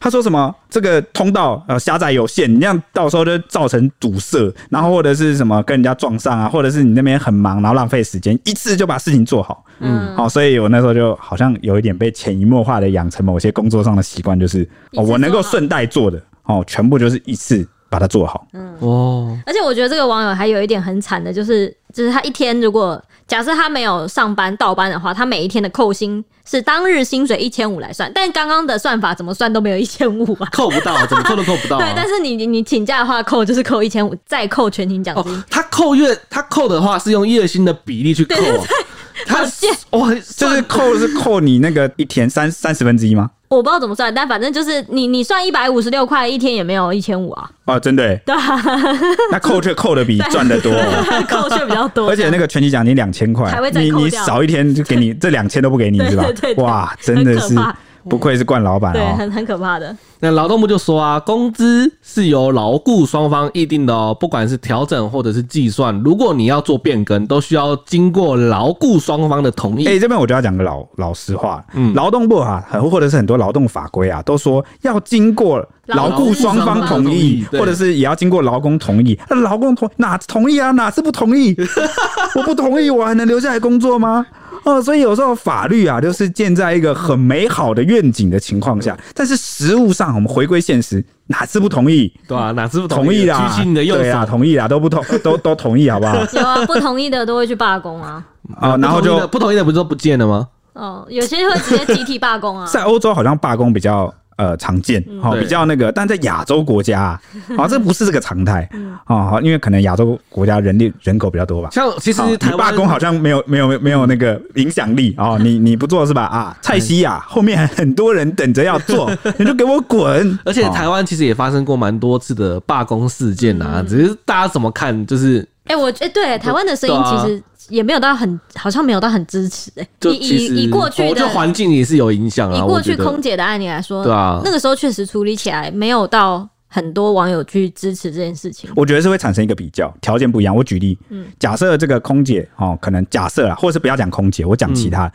Speaker 3: 他说什么？这个通道呃狭窄有限，你这样到时候就造成堵塞，然后或者是什么跟人家撞上啊，或者是你那边很忙，然后浪费时间，一次就把事情做好。
Speaker 2: 嗯，
Speaker 3: 哦，所以我那时候就好像有一点被潜移默化的养成某些工作上的习惯，就是
Speaker 2: 一次
Speaker 3: 哦，我能够
Speaker 2: 做好
Speaker 3: 顺带做的哦，全部就是一次把它做好。
Speaker 1: 哦，
Speaker 2: 而且我觉得这个网友还有一点很惨的，就是就是他一天如果假设他没有上班倒班的话，他每一天的扣薪是当日薪水一千五来算，但刚刚的算法怎么算都没有一千五啊。
Speaker 1: 扣不到，怎么扣都扣不
Speaker 3: 哦
Speaker 1: 到啊，
Speaker 2: [laughs] 对，但是你你你请假的话扣就是扣一千五，再扣全勤奖金。
Speaker 1: 哦，他扣月，他扣的话是用月薪的比例去扣啊，他
Speaker 2: 好贱
Speaker 1: 哇，
Speaker 3: 就
Speaker 1: 就是是
Speaker 3: [laughs] 扣是扣你那个一天三三十分之一吗？
Speaker 2: 我不知道怎么算，但反正就是你你算一百五十六块一天也没有一千五啊，
Speaker 3: [laughs] 哦，真的耶，
Speaker 2: 对啊，
Speaker 3: 那扣却扣的比赚
Speaker 2: [laughs]
Speaker 3: 的多哦、
Speaker 2: 扣却比较多。
Speaker 3: 而且那
Speaker 2: 个
Speaker 3: 个全勤奖金两千块
Speaker 2: 还会，再
Speaker 3: 你
Speaker 2: 扣
Speaker 3: 你
Speaker 2: 掉
Speaker 3: 少一天就给你这两千都不给你
Speaker 2: 对
Speaker 3: 是吧
Speaker 2: 对对？对
Speaker 3: 哇，真的是
Speaker 2: 很可怕
Speaker 3: 不愧是冠老板
Speaker 2: 对，
Speaker 3: 哦。
Speaker 2: 很很可怕的。
Speaker 1: 那劳动部就说啊，工资是由劳雇双方议定的哦，不管是调整或者是计算，如果你要做变更，都需要经过劳雇双方的同意。
Speaker 3: 哎、这边我就要讲个老老实话，
Speaker 1: 嗯
Speaker 3: 劳动部啊，很或者是很多劳动法规啊，都说要经过劳
Speaker 2: 劳
Speaker 3: 雇双
Speaker 2: 劳
Speaker 3: 方
Speaker 2: 雇双方
Speaker 3: 同
Speaker 1: 同
Speaker 3: 意
Speaker 1: 意，对
Speaker 3: 或者是也要经过劳工同意。那劳工同哪同意啊？哪是不同
Speaker 1: [laughs]
Speaker 3: 意？我不同意，我还能留下来工作吗？哦，所以有时候法律啊，就是建在一个很美好的愿景的情况下，但是实务上，我们回归现实，哪是不同意？
Speaker 1: 对啊，哪是不
Speaker 3: 同意
Speaker 1: 意
Speaker 3: 啦，
Speaker 1: 举起你的右
Speaker 3: 对啊，
Speaker 1: 手。
Speaker 3: 同意啦，都不同，都都同意，好不好？
Speaker 1: [laughs]
Speaker 2: 有啊，不同意的都会去罢工啊。
Speaker 3: 啊，然后
Speaker 1: 不同
Speaker 3: 就
Speaker 1: 意的不同意的不是都不见了吗？
Speaker 2: 哦，有些会直接集体罢工啊。
Speaker 3: 在欧洲好像罢工比较呃常见，好、
Speaker 1: 对
Speaker 3: 比较那个，但在亚洲国家啊，好、这不是这个常态啊、好因为可能亚洲国家人力人口比较多吧。
Speaker 1: 像其
Speaker 3: 好
Speaker 1: 实台
Speaker 3: 你罢
Speaker 1: 湾
Speaker 3: 工好像没有没有没有那个影响力哦，你你不做是吧？啊，蔡西亚后面很多人等着要做，你就给我滚！
Speaker 1: 而且
Speaker 3: 哦
Speaker 1: 台湾其实也发生过蛮多次
Speaker 2: 嗯
Speaker 1: 的罢工事件啊，只是大家怎么看，就是
Speaker 2: 哎、我觉得、对台湾的声音
Speaker 1: 对啊
Speaker 2: 其实也没有到很，好像没有到很支持哎、
Speaker 1: 就
Speaker 2: 以
Speaker 1: 其实
Speaker 2: 以以过去
Speaker 1: 哦
Speaker 2: 的
Speaker 1: 就环境也是有影响啊。
Speaker 2: 以
Speaker 1: 我
Speaker 2: 过
Speaker 1: 觉
Speaker 2: 去
Speaker 1: 得
Speaker 2: 空姐的案例来说，
Speaker 1: 对啊
Speaker 2: 那个时候确实处理起来没有到很多网友去支持这件事情。
Speaker 3: 我觉得是会产生一个比较，条件不一样。我举例，假设这个空姐哦，可能假设啦，或者是不要讲空姐，我讲
Speaker 1: 嗯
Speaker 3: 其他，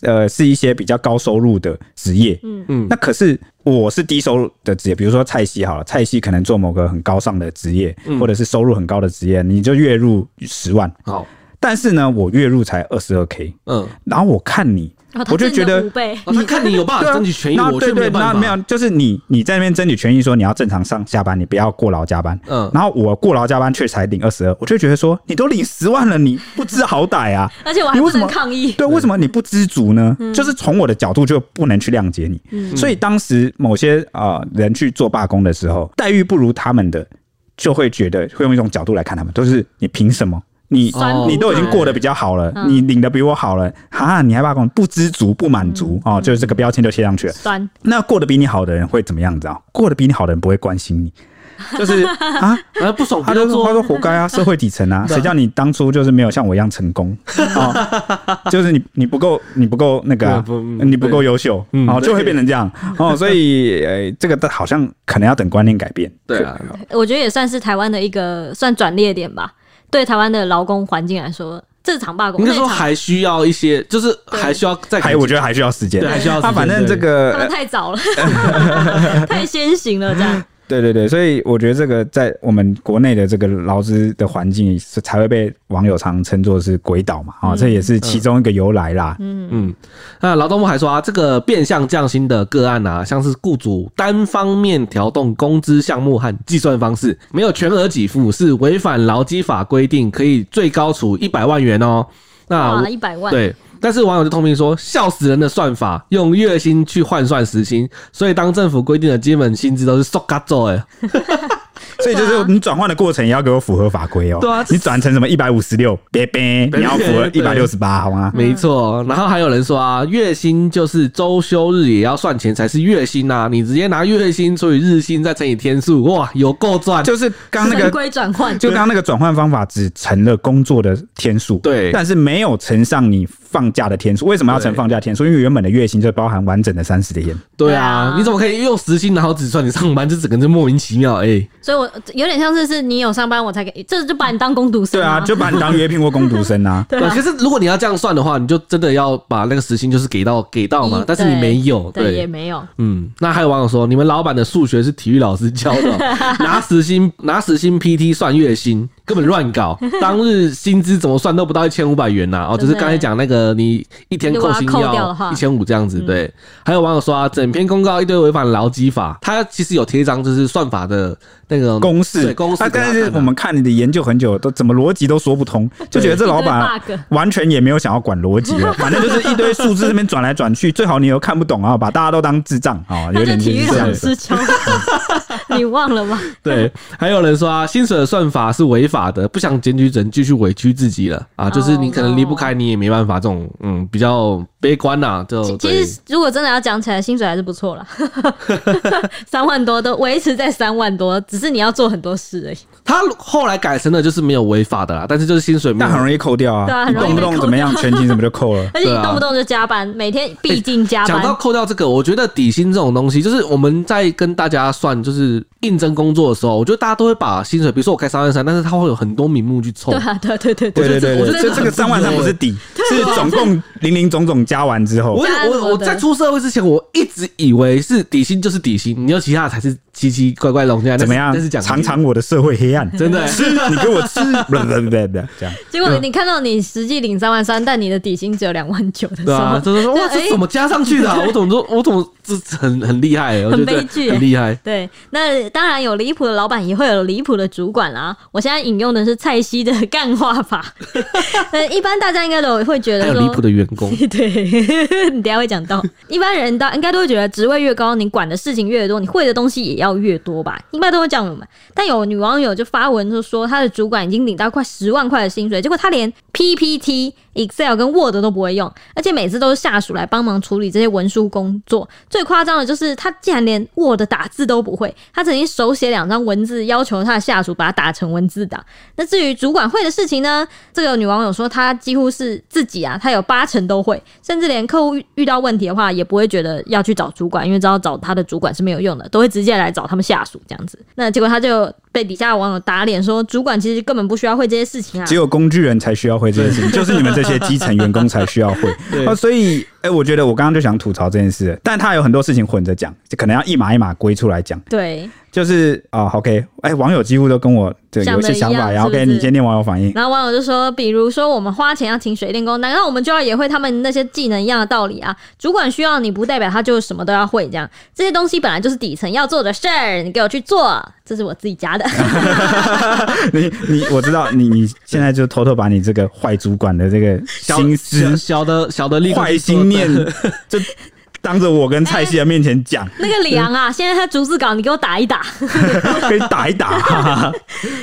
Speaker 3: 呃，是一些比较高收入的职业，嗯
Speaker 1: 嗯
Speaker 3: 嗯，那可是我是低收入的职业，比如说菜系好了，菜系可能做某个很高尚的职业，
Speaker 1: 嗯
Speaker 3: 或者是收入很高的职业，你就月入十万，
Speaker 1: 好，
Speaker 3: 但是呢，我月入才二十二 k，
Speaker 1: 嗯，
Speaker 3: 然后我看你，
Speaker 2: 然后哦他
Speaker 3: 我就
Speaker 2: 挣了
Speaker 3: 觉得
Speaker 2: 五倍，
Speaker 1: 哦他看你有办
Speaker 3: 对
Speaker 1: 法
Speaker 3: 啊
Speaker 1: 争取权益，
Speaker 3: 那
Speaker 1: 我
Speaker 3: 对
Speaker 1: 却没
Speaker 3: 对，
Speaker 1: 有办
Speaker 3: 那
Speaker 1: 法。
Speaker 3: 没有，就是你你在那边争取权益，说你要正常上下班，你不要过劳加班。
Speaker 1: 嗯
Speaker 3: 嗯，然后我过劳加班却才领二十二，我就觉得说你都领十万了，你不知好歹啊！
Speaker 2: 而且我还
Speaker 3: 你
Speaker 2: 不
Speaker 3: 为什
Speaker 2: 能
Speaker 3: 么
Speaker 2: 抗议。
Speaker 3: 对，为什么你不知足呢？就是从我的角度就不能去谅解你。所以当时某些啊人去做罢工的时候，待遇不如他们的，就会觉得会用一种角度来看他们，都是你凭什么？你
Speaker 2: 酸
Speaker 1: 哦
Speaker 2: 民
Speaker 3: 你都已经过得比较好了，你领的比我好了，哈，你还罢工，不知足不满足哦，就是这个标签就贴上去了。
Speaker 2: 酸，
Speaker 3: 那过得比你好的人会怎么样？你知道？过得比你好的人不会关心你，就是啊，
Speaker 1: 啊，不爽
Speaker 3: 他就
Speaker 1: 不要
Speaker 3: 说他说
Speaker 1: 做，
Speaker 3: 活该啊，社会底层
Speaker 1: [laughs]
Speaker 3: 啊，
Speaker 1: 对啊
Speaker 3: 谁叫你当初就是没有像我一样成
Speaker 1: [laughs]
Speaker 3: 功啊？就是你你不够你不够那个啊
Speaker 1: 对不嗯
Speaker 3: 你不够优秀，
Speaker 1: 嗯
Speaker 3: 哦，就会变成这
Speaker 1: [laughs]
Speaker 3: 样哦。所以呃，这个好像可能要等观念改变。
Speaker 1: 对啊，
Speaker 2: 我觉得也算是台湾的一个算转捩点吧。对台湾的劳工环境来说，这场罢工
Speaker 1: 应该
Speaker 2: 那
Speaker 1: 说
Speaker 2: 场
Speaker 1: 还需要一些，就是还需要再
Speaker 3: 还我觉得还需要时间啊
Speaker 1: 对，还需要时间
Speaker 3: 他反正这
Speaker 2: 他们
Speaker 3: 个呃
Speaker 2: 太早了， [laughs] 太先行
Speaker 3: [laughs]
Speaker 2: 了，这样
Speaker 3: 对对对，所以我觉得这个在我们国内的这个劳资的环境是才会被网友常称作是鬼岛嘛，啊，这也是其中一个由来啦。
Speaker 1: 嗯，那劳动部还说啊，这个变相降薪的个案啊，像是雇主单方面调动工资项目和计算方式，没有全额给付，是违反劳基法规定，可以最高处一百万元
Speaker 3: 啊
Speaker 1: 哦。那
Speaker 2: 哇，
Speaker 1: 我
Speaker 2: 一百万，
Speaker 1: 对，但是网友就痛批说，笑死人的算法，用月薪去换算时薪，所以当政府规定的基本薪资都是 so g a
Speaker 2: 嗯
Speaker 1: 哎，
Speaker 3: 所以就是你转换的过程也要给我符合法规哦。
Speaker 1: 对啊
Speaker 3: 你转成什么一百五十六，别别，你要符合一
Speaker 1: 对
Speaker 3: 百六十八，好吗？
Speaker 1: 没错。然后还有人说啊，月薪就是周休日也要算钱才是月薪呐、你直接拿月薪除以日薪再乘以天数，哇，有够赚。
Speaker 3: 就是刚那
Speaker 2: 正
Speaker 3: 个，
Speaker 2: 规转换，
Speaker 3: 就刚那个转换方法只乘了工作的天数，
Speaker 1: 对
Speaker 3: 但是没有乘上你放假的天数。为什么要乘
Speaker 1: 对
Speaker 3: 放假天数？因为原本的月薪就包含完整的三十天。
Speaker 1: 对
Speaker 2: 对
Speaker 1: 啊
Speaker 2: 啊，
Speaker 1: 你怎么可以用时薪然后只算你上班，这整个就莫名其妙哎、
Speaker 2: 所以我有点像是是你有上班我才给，这就把你当工读生
Speaker 3: 对啊，就把你当约聘或工读生啊。
Speaker 2: 对啊
Speaker 1: 可是如果你要这样算的话，你就真的要把那个时薪就是给到给到嘛
Speaker 2: 一，
Speaker 1: 但是你没有，
Speaker 2: 对也没
Speaker 3: 啊
Speaker 2: 有，
Speaker 1: 嗯，那还有网友说，你们老板的数学是体育老师教的哦、
Speaker 2: [laughs]
Speaker 1: 拿时薪拿时薪 PT 算月薪，根本乱
Speaker 2: [laughs]
Speaker 1: 搞，当日薪资怎么算都不到一千五百元呐、哦，就
Speaker 2: 真
Speaker 1: 是
Speaker 2: 的
Speaker 1: 刚才讲那个，你一天扣薪
Speaker 2: 如果要扣掉的嗯
Speaker 1: 要
Speaker 2: 话
Speaker 1: 一千五这样子。对，还有网友说啊，整篇公告一堆违反劳基法，它其实有贴一张就是算法的那个
Speaker 3: 公
Speaker 1: 对
Speaker 3: 式，
Speaker 1: 公式
Speaker 3: 啊
Speaker 1: 给大家看啊。
Speaker 3: 但是我们看你的研究很久，都怎么逻辑都说不通，就觉得这老板啊
Speaker 2: 一堆 bug
Speaker 3: 完全也没有想要管逻辑了，反正就是一堆数字那边转来转去，最好你又看不懂啊，把大家都当智障啊，有
Speaker 2: 他就
Speaker 3: 点就
Speaker 2: 体育
Speaker 3: 是这样
Speaker 2: 老
Speaker 3: 子。
Speaker 2: 师教的，
Speaker 3: [laughs]
Speaker 2: 你忘了吗？ [laughs]
Speaker 1: 对，还有人说啊，薪水的算法是违法的，不想检举人继续委屈自己了
Speaker 2: 哦
Speaker 1: 啊，就是你可能离不开，你也没办法，这种嗯比较悲观呐、就
Speaker 3: 哦
Speaker 2: 其
Speaker 1: 对
Speaker 2: 其实如果真的要讲起来，薪水还是不错啦， [laughs] 三万多都维持在三万多，只是你要做很多事而已。
Speaker 1: 他后来改成了就是没有违法的啦，但是就是薪水没
Speaker 3: 但
Speaker 1: 有
Speaker 3: 很容易扣掉啊，
Speaker 2: 对啊
Speaker 3: 你
Speaker 2: 很
Speaker 3: 动
Speaker 2: 容易
Speaker 3: 不
Speaker 2: 被
Speaker 3: 动
Speaker 2: 扣。
Speaker 3: 怎么样，全勤什么就扣了
Speaker 2: 而且
Speaker 1: 对
Speaker 2: 你
Speaker 1: 啊
Speaker 2: 动不动就加班，每天必定加
Speaker 1: 讲
Speaker 2: 班。
Speaker 1: 到扣掉这个，我觉得底薪这种东西，就是我们在跟大家算就是应征工作的时候，我觉得大家都会把薪水，比如说我开三万三，但是他会有很多名目去凑
Speaker 2: 对。啊，对对对对，
Speaker 3: 对对对
Speaker 1: 我觉
Speaker 3: 对
Speaker 1: 得，这
Speaker 3: 这这个三万三不是底，是总共零零总总加完之后
Speaker 1: 我，
Speaker 2: 加什么
Speaker 1: 我我
Speaker 2: 的
Speaker 1: 在出社会之前，我一直以为是底薪就是底薪，你要其他的才是奇奇怪怪的东西啊。
Speaker 3: 怎么样
Speaker 1: 但是？讲
Speaker 3: 尝尝我的社会黑暗，
Speaker 1: [laughs]
Speaker 3: [laughs]
Speaker 1: 真的欸
Speaker 3: 吃，你给我吃，不不不不不，这样。
Speaker 2: 结果
Speaker 3: 嗯
Speaker 2: 你看到你实际领三万三，但你的底薪只有两万九的时
Speaker 1: 对啊，
Speaker 2: 候，
Speaker 1: 就是说哇，
Speaker 2: 对
Speaker 3: 哎
Speaker 1: 这怎么加上
Speaker 3: [laughs]
Speaker 1: 去的啊、我怎么说？我怎么这很很厉害欸？我觉
Speaker 2: 很
Speaker 1: 得
Speaker 2: 悲剧欸
Speaker 1: 很厉害。
Speaker 2: 对，那当然有离谱的老板，也会有离谱的主管啦。我现在引用的是蔡西的干话法，
Speaker 1: [laughs]
Speaker 2: 呃，一般大家应该都会觉
Speaker 1: 还
Speaker 2: 得
Speaker 1: 有
Speaker 2: 说，
Speaker 1: 离谱的员工，
Speaker 2: 对， [laughs] 你等一下会讲到。一般人到应该都会觉得职位越高，你管的事情越多，你会的东西也要越多吧？应该都会这样嘛。但有女网友就发文就说，她的主管已经领到快十万块的薪水，结果她连 PPT Excel 跟 Word 都不会用，而且每次都是下属来帮忙处理这些文书工作。最夸张的就是他竟然连 Word 打字都不会，他曾经手写两张文字，要求他的下属把它打成文字档。那至于主管会的事情呢，这个女网友说她几乎是自己啊，她有八成都会，甚至连客户遇遇到问题的话，也不会觉得要去找主管，因为知道找他的主管是没有用的，都会直接来找他们下属这样子。那结果他就被底下网友打脸说，主管其实根本不需要会这些事情啊
Speaker 3: 只。有工具人才需要会这件事情，就是你们这些基层员工才需要会。
Speaker 1: 对
Speaker 3: 哦，所以，哎、我觉得我刚刚就想吐槽这件事了，但他有很多事情混着讲，就可能要一码一码归出来讲。
Speaker 2: 对，
Speaker 3: 就是啊、o k 哎、网友几乎都跟我这
Speaker 2: 想
Speaker 3: 有一
Speaker 2: 得
Speaker 3: 些
Speaker 2: 一
Speaker 3: 想
Speaker 2: 样
Speaker 3: 法，
Speaker 2: 是
Speaker 3: 然后
Speaker 2: 不
Speaker 3: OK，
Speaker 2: 是
Speaker 3: 你先念网友反
Speaker 2: [laughs]
Speaker 3: 应。
Speaker 2: 然后网友就说，比如说我们花钱要请水电工，难道我们就要也会他们那些技能一样的道理啊？主管需要你，不代表他就什么都要会，这样这些东西本来就是底层要做的事儿，你给我去做，这是我自己加的。
Speaker 3: 你你我知道你你现在就偷偷把你这个坏主管的这个
Speaker 1: 小
Speaker 3: 心
Speaker 1: 小
Speaker 3: 思、
Speaker 1: 小的小的立刻
Speaker 3: 坏
Speaker 1: 去做
Speaker 3: 心念，就当着我跟蔡西的面前
Speaker 2: [laughs]
Speaker 3: 讲，
Speaker 2: 那个李昂啊，现在他逐字稿，你给我打一打。 [laughs]
Speaker 3: 可以打一打、哈哈哈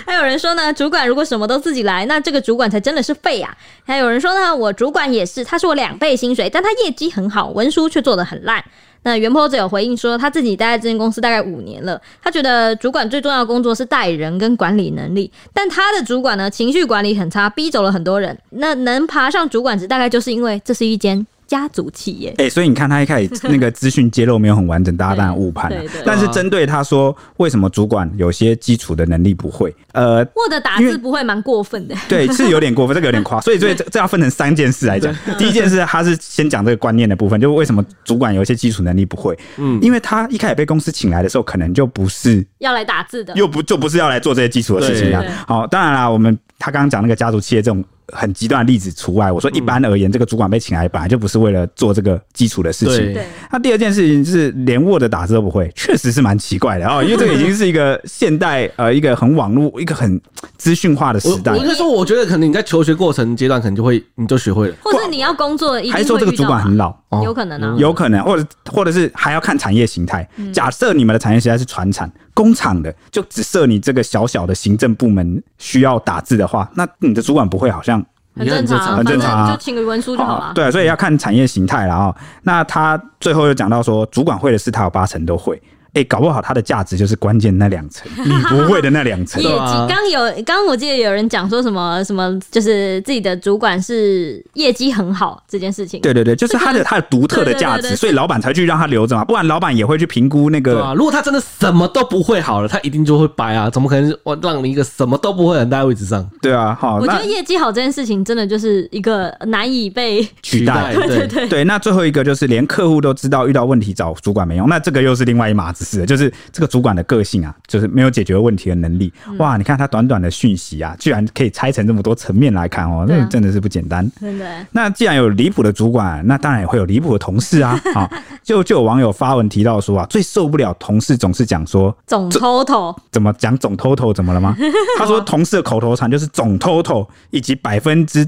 Speaker 2: 还有人说呢，主管如果什么都自己来，那这个主管才真的是废呀、还有人说呢，我主管也是，他是我两倍薪水，但他业绩很好，文书却做得很烂。那袁坡则有回应说，他自己待在这间公司大概五年了，他觉得主管最重要的工作是带人跟管理能力，但他的主管呢，情绪管理很差，逼走了很多人。那能爬上主管职，大概就是因为这是一间家族企业。
Speaker 3: 哎、所以你看他一开始那个资讯揭露没有很完整，大家当然误判了、
Speaker 2: 对对
Speaker 3: 但是针对他说为什么主管有些基础的能力不会，呃，
Speaker 2: 我的打
Speaker 3: 因为
Speaker 2: 字不会蛮过分的，
Speaker 3: 对，是有点过分，这个有点夸，所以所以这这要分成三件事来讲。第一件事，他是先讲这个观念的部分，就是为什么主管有一些基础能力不会，嗯，因为他一开始被公司请来的时候，可能就不是
Speaker 2: 要来打字的。
Speaker 3: 又不就不是要来做这些基础的事情啊
Speaker 2: 对对。
Speaker 3: 好，当然啦，我们他刚刚讲那个家族企业这种很极端的例子除外，我说一般而言，这个主管被请来本来就不是为了做这个基础的事情
Speaker 1: 对。
Speaker 2: 对，
Speaker 3: 那第二件事情是连 Word 打字都不会， [laughs] 确实是蛮奇怪的哦，因为这个已经是一个现代呃一个很网络一个很资讯化 [laughs] 的时
Speaker 1: 我
Speaker 3: 代
Speaker 1: 我。应该说，我觉得可能你在求学过程阶段，可能就会你就学会了。
Speaker 2: 或是你要工作，一定
Speaker 3: 还
Speaker 2: 会
Speaker 3: 是说这个
Speaker 2: 遇
Speaker 3: 主
Speaker 2: 到
Speaker 3: 管
Speaker 2: 吧
Speaker 3: 很老，
Speaker 1: 哦
Speaker 2: 有可能啊。
Speaker 3: 有可能，或者或者是还要看产业形态。
Speaker 2: 嗯
Speaker 3: 假设你们的产业形态是船产、工厂的，就只设你这个小小的行政部门需要打字的话，那你的主管不会好像
Speaker 2: 很
Speaker 1: 也很正
Speaker 2: 正常啊，
Speaker 1: 常
Speaker 3: 很正常啊
Speaker 2: 反正就请个文书就好了。啊
Speaker 3: 哦对，所以要看产业形态了啊、那他最后又讲到说，主管会的事他有八成都会。哎、搞不好他的价值就是关键那两层，你不会的那两层
Speaker 2: [laughs] 业。绩
Speaker 1: 对啊
Speaker 2: 刚有刚我记得有人讲说什么什么，就是自己的主管是业绩很好这件事情。
Speaker 3: 对对对，就是他的他的独特的价
Speaker 2: 对对
Speaker 3: 值，
Speaker 2: 对对
Speaker 3: 所以老板才去让他留着嘛，不然老板也会去评估那
Speaker 1: 对
Speaker 3: 个
Speaker 1: 啊，如果他真的什么都不会好了，他一定就会掰啊，怎么可能我让你一个什么都不会的人待在位置上
Speaker 3: 对啊，好，
Speaker 2: 我觉
Speaker 3: 那
Speaker 2: 得业绩好这件事情真的就是一个难以被
Speaker 3: 取代
Speaker 1: 对
Speaker 2: 对
Speaker 3: 对，那最后一个就是连客户都知道遇到问题找主管没用，那这个又是另外一码子事了，就是这个主管的个性啊，就是没有解决问题的能力。
Speaker 2: 嗯
Speaker 3: 哇，你看他短短的讯息啊，居然可以拆成这么多层面来看哦，
Speaker 2: 对啊
Speaker 3: 那 [laughs] 真的是不简单。
Speaker 2: 真的
Speaker 3: 那既然有离谱的主管，那当然也会有离谱的同事啊。啊、
Speaker 2: [laughs]
Speaker 3: 就就有网友发文提到说啊，最受不了同事总是讲说
Speaker 2: 总 total
Speaker 3: 怎么讲总 total 怎么
Speaker 2: [laughs]
Speaker 3: 了吗？他说同事的口头禅就是总 total 以及百分之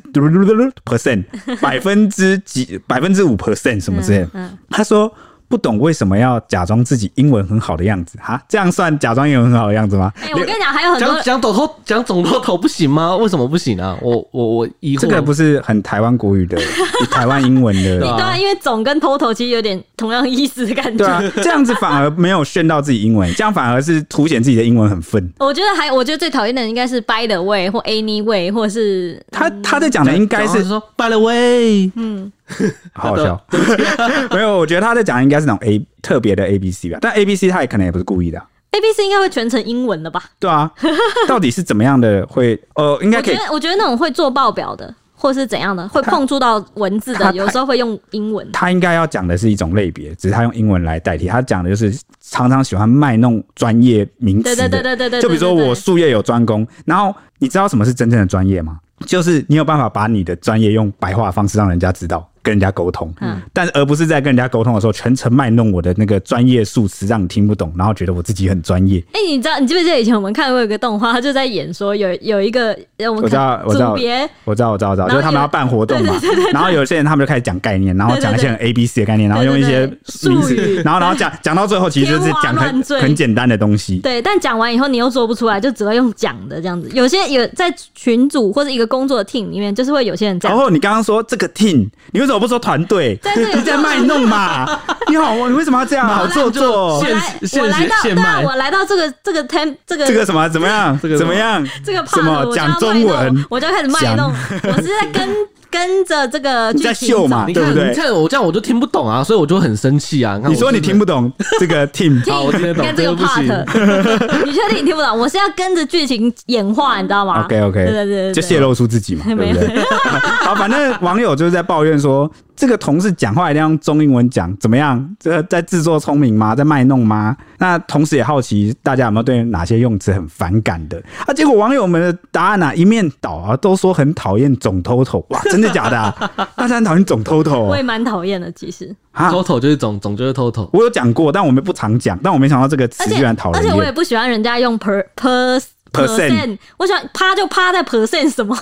Speaker 3: percent 百分之几百分之五 percent 什么之类的。
Speaker 2: 嗯，
Speaker 3: 他说不懂为什么要假装自己英文很好的样子哈，这样算假装英文很好的样子吗？
Speaker 2: 哎、我跟你讲，还有很多
Speaker 1: 讲讲抖头讲总头头不行吗？为什么不行啊？我我我疑惑，
Speaker 3: 这个不是很台湾国语
Speaker 2: [laughs]
Speaker 3: 的，以台湾英文的。
Speaker 1: 对啊
Speaker 2: 对啊，因为总跟 total 其实有点同样意思的感觉。
Speaker 3: 对啊，这样子反而没有炫到自己英文，这样反而是凸显自己的英文很愤。
Speaker 2: 我觉得还，我觉得最讨厌的应该是 by the way 或 anyway 或是
Speaker 3: 他他在讲的应该
Speaker 1: 讲
Speaker 3: 是
Speaker 1: 话说 by the way，
Speaker 3: 好好笑，没有，我觉得他在讲的应该是那种 A 特别的 A B C 吧，但 A B C 他也可能也不是故意的啊、
Speaker 2: A B C 应该会全程英文了吧？
Speaker 3: 对
Speaker 2: [laughs]
Speaker 3: 啊，到底是怎么样的会？呃，应该
Speaker 2: 我
Speaker 3: 可
Speaker 2: 觉
Speaker 3: 以，
Speaker 2: 得，我觉得那种会做报表的，或是怎样的，会碰触到文字
Speaker 3: 他
Speaker 2: 的，有时候会用英文。
Speaker 3: 他应该要讲的是一种类别，只是他用英文来代替。他讲的就是常常喜欢卖弄专业名词
Speaker 2: 对
Speaker 3: 的，
Speaker 2: 对对对对对，
Speaker 3: 就比如说
Speaker 2: 对
Speaker 3: 我，术业有专攻，然后你知道什么是真正的专业吗？就是你有办法把你的专业用白话方式让人家知道。跟人家沟通，
Speaker 2: 嗯
Speaker 3: 但而不是在跟人家沟通的时候全程卖弄我的那个专业术词，让你听不懂，然后觉得我自己很专业。
Speaker 2: 哎、你知道你记不记得以前我们看过一个动画，他就在演说有有一个我们
Speaker 3: 我知道
Speaker 2: 看
Speaker 3: 我知道
Speaker 2: 组别
Speaker 3: 我知道，我知道，我知道，
Speaker 2: 然后
Speaker 3: 就是他们
Speaker 2: 有
Speaker 3: 要办活动嘛，然后有些人他们就开始讲概念，然后讲一些很 A B C 的概念，然后用一些
Speaker 2: 对对
Speaker 3: 名
Speaker 2: 术
Speaker 3: 词
Speaker 2: 语，
Speaker 3: 然后然后讲讲到最后，其实就是
Speaker 2: 天花
Speaker 3: 讲很
Speaker 2: 乱坠
Speaker 3: 很简单的东西。
Speaker 2: 对，但讲完以后你又做不出来，就只会用讲的这样子。有些有在群组或者一个工作 team 里面，就是会有些人这
Speaker 3: 然
Speaker 2: 样。
Speaker 3: 后你刚刚说这个 team，你为什么不说团队？
Speaker 2: 在这个
Speaker 3: 你在卖弄嘛？你好，你为什么要这样？好做作
Speaker 2: 我
Speaker 1: 就
Speaker 3: 哦，
Speaker 1: 现现
Speaker 2: 来，我来到，
Speaker 1: 现
Speaker 2: 对啊
Speaker 1: 卖
Speaker 2: 我来到这个这个 tem 这个
Speaker 3: 这个什么怎么样？
Speaker 1: 这个
Speaker 3: 怎么样？
Speaker 2: 这个
Speaker 3: 什
Speaker 2: part
Speaker 3: 么
Speaker 2: 我就要
Speaker 3: 讲中
Speaker 2: 卖弄
Speaker 3: 文？
Speaker 2: 我就要开始卖
Speaker 3: 讲
Speaker 2: 弄，我是在跟跟着这个
Speaker 3: 你
Speaker 2: 剧
Speaker 3: 在
Speaker 2: 情
Speaker 3: 秀
Speaker 2: 走
Speaker 3: 嘛
Speaker 1: 你
Speaker 3: 啊对
Speaker 1: 看，
Speaker 3: 不对
Speaker 1: 你看我这样我就听不懂啊，所以我就很生气啊。看
Speaker 3: 你说
Speaker 1: 我
Speaker 3: 你
Speaker 1: 真的
Speaker 3: 听不懂这个 team，
Speaker 1: [laughs] 好我听
Speaker 2: [laughs]
Speaker 1: 得懂
Speaker 2: 你看这个
Speaker 1: 这个不行
Speaker 2: part，你确 [laughs] 定你听不懂？我是要跟着剧情演化，你知道吗
Speaker 3: OK
Speaker 2: 对
Speaker 3: OK，
Speaker 2: 对对对，对
Speaker 3: 就泄露出自己
Speaker 2: [laughs]
Speaker 3: 嘛，对
Speaker 2: 没
Speaker 3: 不
Speaker 2: 有
Speaker 3: 对？ [laughs] 好，反正网友就是在抱怨说，这个同事讲话一定要用中英文讲，怎么样？这在自作聪明吗？在卖弄吗？那同时也好奇大家有没有对哪些用词很反感的啊？结果网友们的答案啊，一面倒啊，都说很讨厌总偷偷，哇，真的假的、
Speaker 2: [laughs]
Speaker 3: 啊？大家很讨厌总偷偷、
Speaker 2: 我
Speaker 3: 哦
Speaker 2: 也、蛮讨厌的，其实。
Speaker 3: 啊？哦
Speaker 1: 偷头就是总总就是偷头，
Speaker 3: 我有讲过，但我们不常讲，但我没想到这个词
Speaker 2: 而
Speaker 3: 居
Speaker 2: 且
Speaker 3: 然讨
Speaker 2: 而
Speaker 3: 人
Speaker 2: 且我也
Speaker 3: 厌。
Speaker 2: 不喜欢人家用 per per
Speaker 3: Percent
Speaker 2: 我喜欢趴就趴在 percent 什么，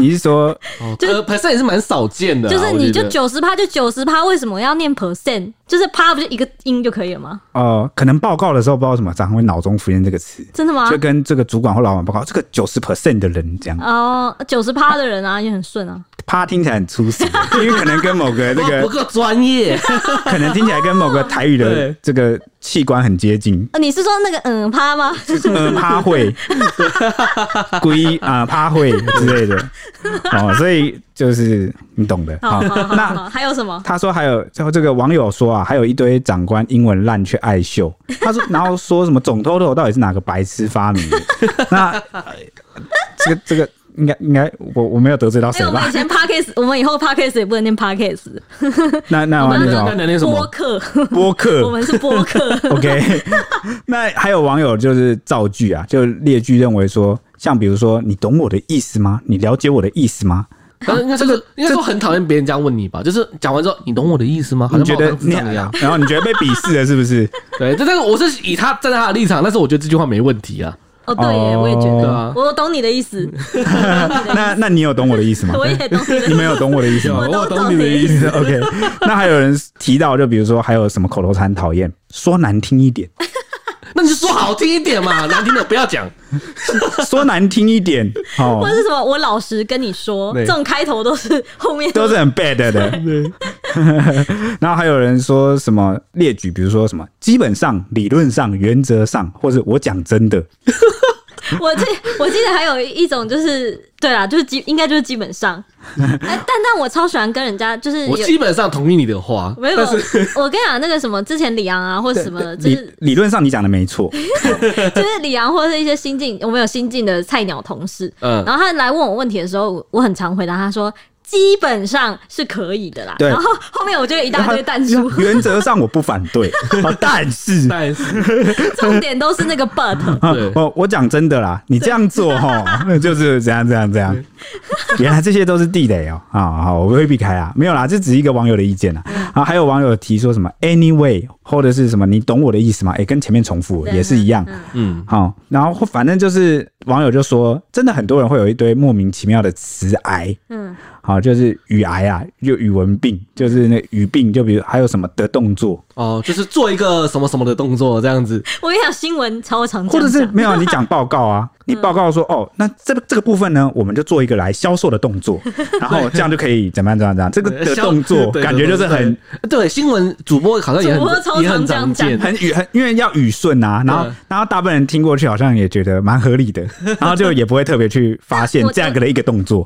Speaker 3: 你是说
Speaker 1: 哦
Speaker 2: 就是
Speaker 1: 呃 percent 也是蛮少见的啊，
Speaker 2: [laughs] 就是
Speaker 1: 我
Speaker 2: 你
Speaker 1: 觉
Speaker 2: 就
Speaker 1: 得
Speaker 2: 九十趴就九十趴，为什么要念 percent？就是趴不就一个音就可以了吗？
Speaker 3: 呃，可能报告的时候不知道什么，常常会脑中浮现这个词。
Speaker 2: 真的吗
Speaker 3: 就？跟这个主管或老板报告，这个九十 percent 的人这样，
Speaker 2: 哦，九十趴的人啊也很顺啊，
Speaker 3: 啪听起来很粗
Speaker 2: [laughs]
Speaker 3: 俗，因为可能跟某个那
Speaker 2: 哦
Speaker 1: 不
Speaker 3: 个，
Speaker 1: 够专业，
Speaker 3: 可能听起来跟某个台语的
Speaker 1: 对
Speaker 3: 这个器官很接近，
Speaker 2: 呃，你是说那个嗯趴吗？
Speaker 3: 呃，趴
Speaker 2: [laughs]
Speaker 3: 会，龟啊趴会之类的，哦，所以就是你懂的。
Speaker 2: 好
Speaker 3: 好，
Speaker 2: 好好好
Speaker 3: 那
Speaker 2: 好，还有什么？
Speaker 3: 他说还有，最后这个网友说啊，还有一堆长官英文烂却爱秀。他说，然后说什么总偷偷到底是哪个白痴发明的？那呃这个这个应该应该我我没有得罪到
Speaker 2: 哎，
Speaker 3: 谁
Speaker 2: 我
Speaker 3: 吧
Speaker 2: 们以？前 podcast，我们以后 podcast 也不能念 podcast，
Speaker 3: 那那那
Speaker 1: 那
Speaker 3: 种
Speaker 1: 那那什
Speaker 2: 播
Speaker 1: 么？
Speaker 2: 客， [laughs]
Speaker 3: 播
Speaker 2: 我
Speaker 3: 客
Speaker 2: 们是播客。
Speaker 3: ，OK。那还有网友就是造句啊，就列句认为说，像比如说，你懂我的意思吗？你了解我的意思吗？
Speaker 1: 然呃后应该这个应该说很讨厌别人这样问你吧，就是讲完之后，你懂我的意思吗？好
Speaker 3: 你
Speaker 1: 像
Speaker 3: 觉
Speaker 1: 把我
Speaker 3: 得
Speaker 1: 当智
Speaker 3: 你，啊
Speaker 1: 障一样。
Speaker 3: 然后你觉得被鄙视了是不是？
Speaker 1: 对，但但是我是以他站在他的立场，但是我觉得这句话没问题啊。
Speaker 2: 哦，对耶，我也觉
Speaker 1: 对
Speaker 2: 得，
Speaker 1: 啊，
Speaker 2: 我懂你的意思，
Speaker 3: 那那你有懂我的意思吗？
Speaker 2: 我也懂你的
Speaker 3: 你 [laughs]
Speaker 2: 意
Speaker 3: 们
Speaker 2: 思。
Speaker 3: 有懂我的意思吗？
Speaker 2: 我都懂你的意
Speaker 3: 思。OK，那还有人提到，就比如说还有什么口头禅讨厌，说难听一
Speaker 2: [laughs]
Speaker 3: 点，
Speaker 1: 那你就说好听一点嘛，难听的不要讲。
Speaker 3: 说难听一点，哦
Speaker 2: 或，者是什么？我老实跟你说，
Speaker 1: 对
Speaker 2: 这种开头都是后面
Speaker 3: 都是很 bad 的。 [laughs] 然后还有人说什么列举，比如说什么基本上、理论上、原则上，或者我讲真的，
Speaker 2: 我记我记得还有一种就是，对啦，就是基应该就是基本上，哎，但但我超喜欢跟人家就是
Speaker 1: 我
Speaker 2: 有
Speaker 1: 基本上同意你的话，
Speaker 2: 没有，
Speaker 1: 但是
Speaker 2: 我跟你讲那个什么之前李昂啊或什么的，就
Speaker 3: 理
Speaker 2: 是
Speaker 3: 理论上你讲的没错，
Speaker 2: 就是李昂或是一些新进，我们有新进的菜鸟同事， [laughs]
Speaker 1: 嗯，
Speaker 2: 然后他来问我问题的时候，我我很常回答他说。基本上是可以的啦，
Speaker 3: 对
Speaker 2: 然后后面我就一
Speaker 3: 然
Speaker 2: [laughs] 大
Speaker 3: 后
Speaker 2: 堆淡出，
Speaker 3: 原则上我不反对，哦但
Speaker 2: [laughs]
Speaker 3: 是。
Speaker 1: 但是
Speaker 2: 重点都是那
Speaker 3: [laughs]
Speaker 2: 个 but，
Speaker 3: 啊
Speaker 1: 对
Speaker 3: 哦，我讲真的啦，你这样做哈，就是怎样怎样怎样。 [laughs] 原来这些都是地雷哦、啊、好，我会避开啊，没有啦，这只是一个网友的意见啦。啊，还有网友提说什么 anyway 或者是什么，你懂我的意思吗？哎、跟前面重复
Speaker 2: 对
Speaker 3: 也是一样。
Speaker 2: 嗯
Speaker 1: 嗯，
Speaker 3: 好、然后反正就是网友就说，真的很多人会有一堆莫名其妙的词癌，
Speaker 2: 嗯，
Speaker 3: 好、就是语癌啊，就语文病，就是那语病，就比如还有什么的动作，
Speaker 1: 哦，就是做一个什么什么的动作这样子，
Speaker 2: 我跟你讲，新闻超常这
Speaker 3: 或者
Speaker 2: 样
Speaker 3: 是
Speaker 2: 讲嗯
Speaker 3: 没有你
Speaker 2: [laughs]
Speaker 3: 讲报告啊，你报告说哦，那这个这个部分呢，我们就做一个来销售的动
Speaker 2: [laughs]
Speaker 3: 作，然后这样就可以怎么样怎么样怎么样，这个的动作
Speaker 1: 对
Speaker 3: 感觉就是很
Speaker 1: 对对新闻主播好像也
Speaker 2: 主播超常
Speaker 1: 很也很
Speaker 2: 这
Speaker 1: 常
Speaker 2: 样
Speaker 1: 见，
Speaker 3: 很语很，因为要语顺啊，然后
Speaker 1: 对
Speaker 3: 然后大部分人听过去好像也觉得蛮合理
Speaker 2: [laughs]
Speaker 3: 的，然后就也不会特别去发现
Speaker 2: 我
Speaker 3: 这样的一个动作，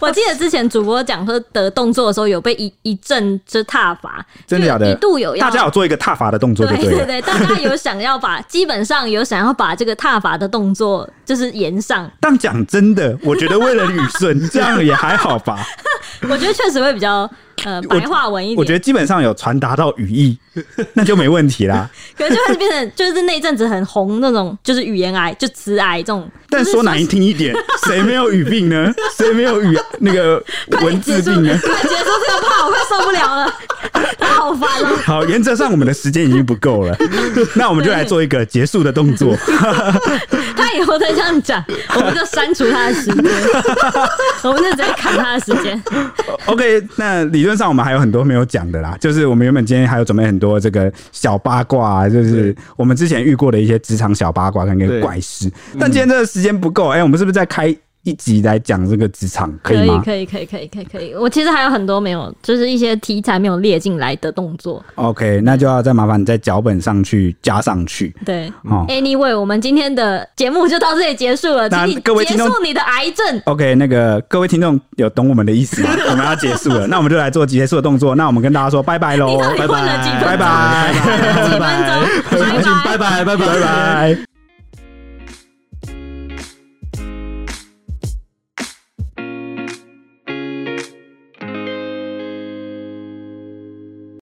Speaker 2: 我记得之前主播讲说得动作的时候有被一一阵之挞伐，
Speaker 3: 真的假
Speaker 2: 就
Speaker 3: 的
Speaker 2: 一？度有要
Speaker 3: 大家有做一个踏法的动作就
Speaker 2: 对
Speaker 3: 对了。
Speaker 2: 对，大家有想
Speaker 3: [laughs]
Speaker 2: 要把，基本上有想要把这个踏法的动作就是延上，
Speaker 3: 但讲真的，我觉得为了捋顺，这样也还好吧。
Speaker 2: 我觉得确实会比较呃白话 [laughs] 文一点，
Speaker 3: 我觉得基本上有传达到语义，那就没问题啦。
Speaker 2: 可能就开始变成就是那一阵子很红那种，就是语言癌、就词癌这种。
Speaker 3: 但
Speaker 2: 就是
Speaker 3: 说难听一
Speaker 2: [laughs]
Speaker 3: 点，谁没有语病呢？谁没有语那个文字病呢？
Speaker 2: 快结束这个吧，我快受不了了，他好烦
Speaker 3: [laughs]
Speaker 2: 哦、
Speaker 3: 好，原则上我们的时间已经不够
Speaker 2: [laughs]
Speaker 3: 了，那我们就来做一个结束的动作。
Speaker 2: 他以后再这样讲，我们就删除他的时
Speaker 3: [laughs]
Speaker 2: 间，我们就直接砍他的时间。
Speaker 3: OK，那理论上我们还有很多没有讲的啦，就是我们原本今天还有准备很多这个小八卦、啊，就是我们之前遇过的一些职场小八卦跟一
Speaker 1: 对
Speaker 3: 个怪事，但今天这个时间不够，哎、我们是不是再开一集来讲这个职场，可以吗
Speaker 2: 可以，可以，可以，可以，可以。我其实还有很多没有，就是一些题材没有列进来的动作。
Speaker 3: ？OK，那就要再麻烦你在脚本上去加上去。
Speaker 2: 对
Speaker 3: 哦
Speaker 2: ，Anyway，我们今天的节目就到这里结束了，
Speaker 3: 那
Speaker 2: 请你
Speaker 3: 各位
Speaker 2: 结
Speaker 3: 听众
Speaker 2: 束你的癌症。
Speaker 3: OK，那个各位听众有懂我们的意
Speaker 2: [laughs]
Speaker 3: 思吗？我们要结束了，那我们就来做结束的动作。那我们跟大家说拜哦拜喽
Speaker 2: 你，到底
Speaker 1: 拜
Speaker 2: 混了几分
Speaker 1: 拜
Speaker 3: 拜
Speaker 2: 钟？
Speaker 3: 拜
Speaker 2: 混了几分钟？拜
Speaker 1: 拜拜
Speaker 2: 拜。
Speaker 1: 拜拜
Speaker 3: 拜拜。